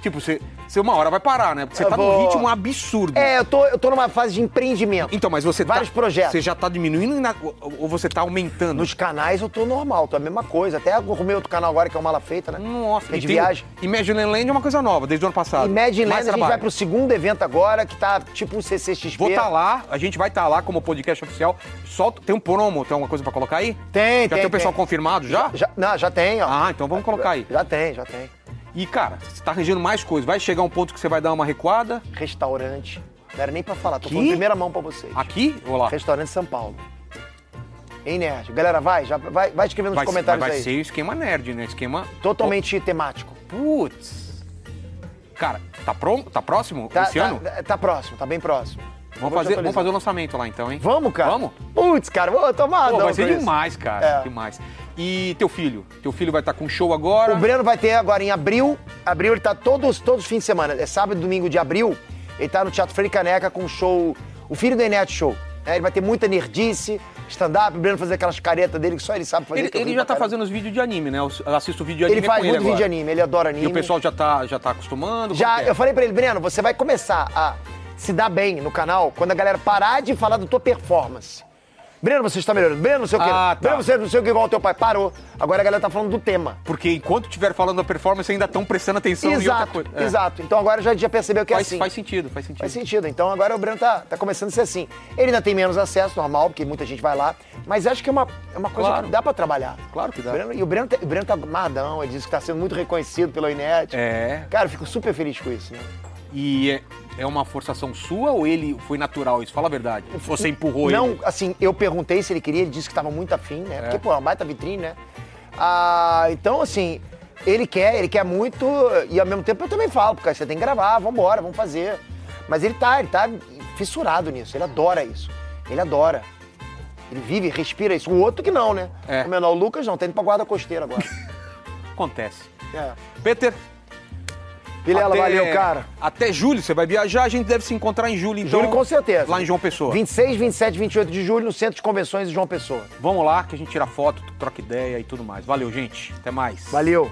Speaker 3: Tipo, você, você uma hora vai parar, né? Porque você
Speaker 1: Eu
Speaker 3: tá num
Speaker 1: vou-
Speaker 3: ritmo absurdo.
Speaker 1: É, eu tô, eu tô numa fase de empreendimento.
Speaker 3: Então, mas você
Speaker 1: Vários
Speaker 3: tá,
Speaker 1: projetos.
Speaker 3: Você já tá diminuindo na- ou- ou você tá aumentando?
Speaker 1: Nos canais eu tô normal, tô a mesma coisa. Até arrumei outro canal agora que é o Mala Feita, né?
Speaker 3: Nossa,
Speaker 1: que é de
Speaker 3: e tem-
Speaker 1: viagem.
Speaker 3: Imagine Land é uma coisa nova, desde o ano passado.
Speaker 1: E Mad Land, a
Speaker 3: Mais
Speaker 1: gente
Speaker 3: trabalho.
Speaker 1: vai pro segundo evento agora, que tá tipo um CCXP.
Speaker 3: Vou estar lá, a gente vai estar lá como podcast oficial. Solta, tem um promo, tem alguma coisa pra colocar aí?
Speaker 1: Tem, tem,
Speaker 3: Já tem o pessoal
Speaker 1: tem.
Speaker 3: confirmado já?
Speaker 1: Já, não, já tem, ó.
Speaker 3: Ah, então vamos colocar aí.
Speaker 1: Já tem, já tem.
Speaker 3: E cara, você tá arranjando mais coisas. Vai chegar um ponto que você vai dar uma recuada
Speaker 1: Restaurante. Não era nem pra falar, tô
Speaker 3: Que?
Speaker 1: falando primeira mão pra vocês.
Speaker 3: aqui ou lá?
Speaker 1: Restaurante São Paulo. Hein, Nerd? Galera, vai, já, vai, vai escrevendo nos
Speaker 3: Vai,
Speaker 1: comentários
Speaker 3: vai
Speaker 1: aí.
Speaker 3: ser o esquema nerd, né? Esquema.
Speaker 1: Totalmente temático.
Speaker 3: Putz. Cara, tá pronto? Tá próximo
Speaker 1: Tá,
Speaker 3: esse
Speaker 1: tá-
Speaker 3: ano?
Speaker 1: Tá, próximo, tá bem próximo. Vou
Speaker 3: Vamos
Speaker 1: te
Speaker 3: fazer,
Speaker 1: atualizar.
Speaker 3: vamos fazer o lançamento lá então, hein?
Speaker 1: Vamos, cara?
Speaker 3: Vamos?
Speaker 1: Putz, cara, vou tomar
Speaker 3: Pô,
Speaker 1: não
Speaker 3: vai ser
Speaker 1: com isso.
Speaker 3: demais, cara.
Speaker 1: É.
Speaker 3: Demais. E teu filho? Teu filho vai estar com show agora.
Speaker 1: O Breno vai ter agora em abril. Abril ele tá todos, todos os fins de semana. É sábado e domingo de abril. Ele tá no Teatro Freire Caneca com o show. O filho do Enete Show. É, ele vai ter muita nerdice, stand-up, o Breno fazer aquelas caretas dele que só ele sabe fazer.
Speaker 3: Ele,
Speaker 1: que eu
Speaker 3: ele
Speaker 1: ri
Speaker 3: já
Speaker 1: pra
Speaker 3: tá
Speaker 1: caramba.
Speaker 3: fazendo os vídeos de anime, né? Eu assisto vídeo de anime
Speaker 1: Ele faz
Speaker 3: com
Speaker 1: muito
Speaker 3: ele agora.
Speaker 1: vídeo de anime, ele adora anime.
Speaker 3: E o pessoal já tá, já tá acostumando? Como
Speaker 1: Já,
Speaker 3: que é?
Speaker 1: eu falei pra ele, Breno, você vai começar a se dar bem no canal quando a galera parar de falar da tua performance. Breno, você está melhorando. Breno, não sei o quê.
Speaker 3: Ah, tá.
Speaker 1: Breno, você não sei o que igual ao teu pai. Parou. Agora a galera tá falando do tema.
Speaker 3: Porque enquanto estiver falando da performance, ainda estão prestando atenção em outra
Speaker 1: exato,
Speaker 3: coisa. É.
Speaker 1: exato. Então agora já, já percebeu que é
Speaker 3: Faz,
Speaker 1: assim.
Speaker 3: faz sentido, faz sentido.
Speaker 1: Faz sentido. Então agora o Breno tá, tá começando a ser assim. Ele ainda tem menos acesso, normal, porque muita gente vai lá. Mas acho que é uma, é uma coisa
Speaker 3: Claro.
Speaker 1: que dá pra trabalhar.
Speaker 3: Claro que dá.
Speaker 1: O Breno- e o Breno, tá- o Breno tá mardão, ele disse que tá sendo muito reconhecido pela Inet.
Speaker 3: É.
Speaker 1: Cara, eu fico super feliz com isso, né?
Speaker 3: E é, é uma forçação sua ou ele foi natural isso? Fala a verdade. Você empurrou
Speaker 1: não,
Speaker 3: ele?
Speaker 1: assim, eu perguntei se ele queria, ele disse que estava muito afim, né? Porque, pô, é uma baita vitrine, né? Ah, então, assim, ele quer, ele quer muito, e ao mesmo tempo eu também falo, porque você tem que gravar, vambora, vamos fazer. Mas ele tá, ele tá fissurado nisso, ele adora isso. Ele adora. Ele vive, respira isso. O outro que não, né?
Speaker 3: É.
Speaker 1: O menor Lucas não, tá indo pra guarda costeira agora.
Speaker 3: Acontece.
Speaker 1: É.
Speaker 3: Peter.
Speaker 1: Vilela, valeu, cara.
Speaker 3: Até julho você vai viajar, a gente deve se encontrar em julho, então.
Speaker 1: Julho, com certeza.
Speaker 3: Lá em João Pessoa.
Speaker 1: 26, 27, 28 de julho no Centro de Convenções de João Pessoa.
Speaker 3: Vamos lá que a gente tira foto, troca ideia e tudo mais. Valeu, gente. Até mais.
Speaker 1: Valeu.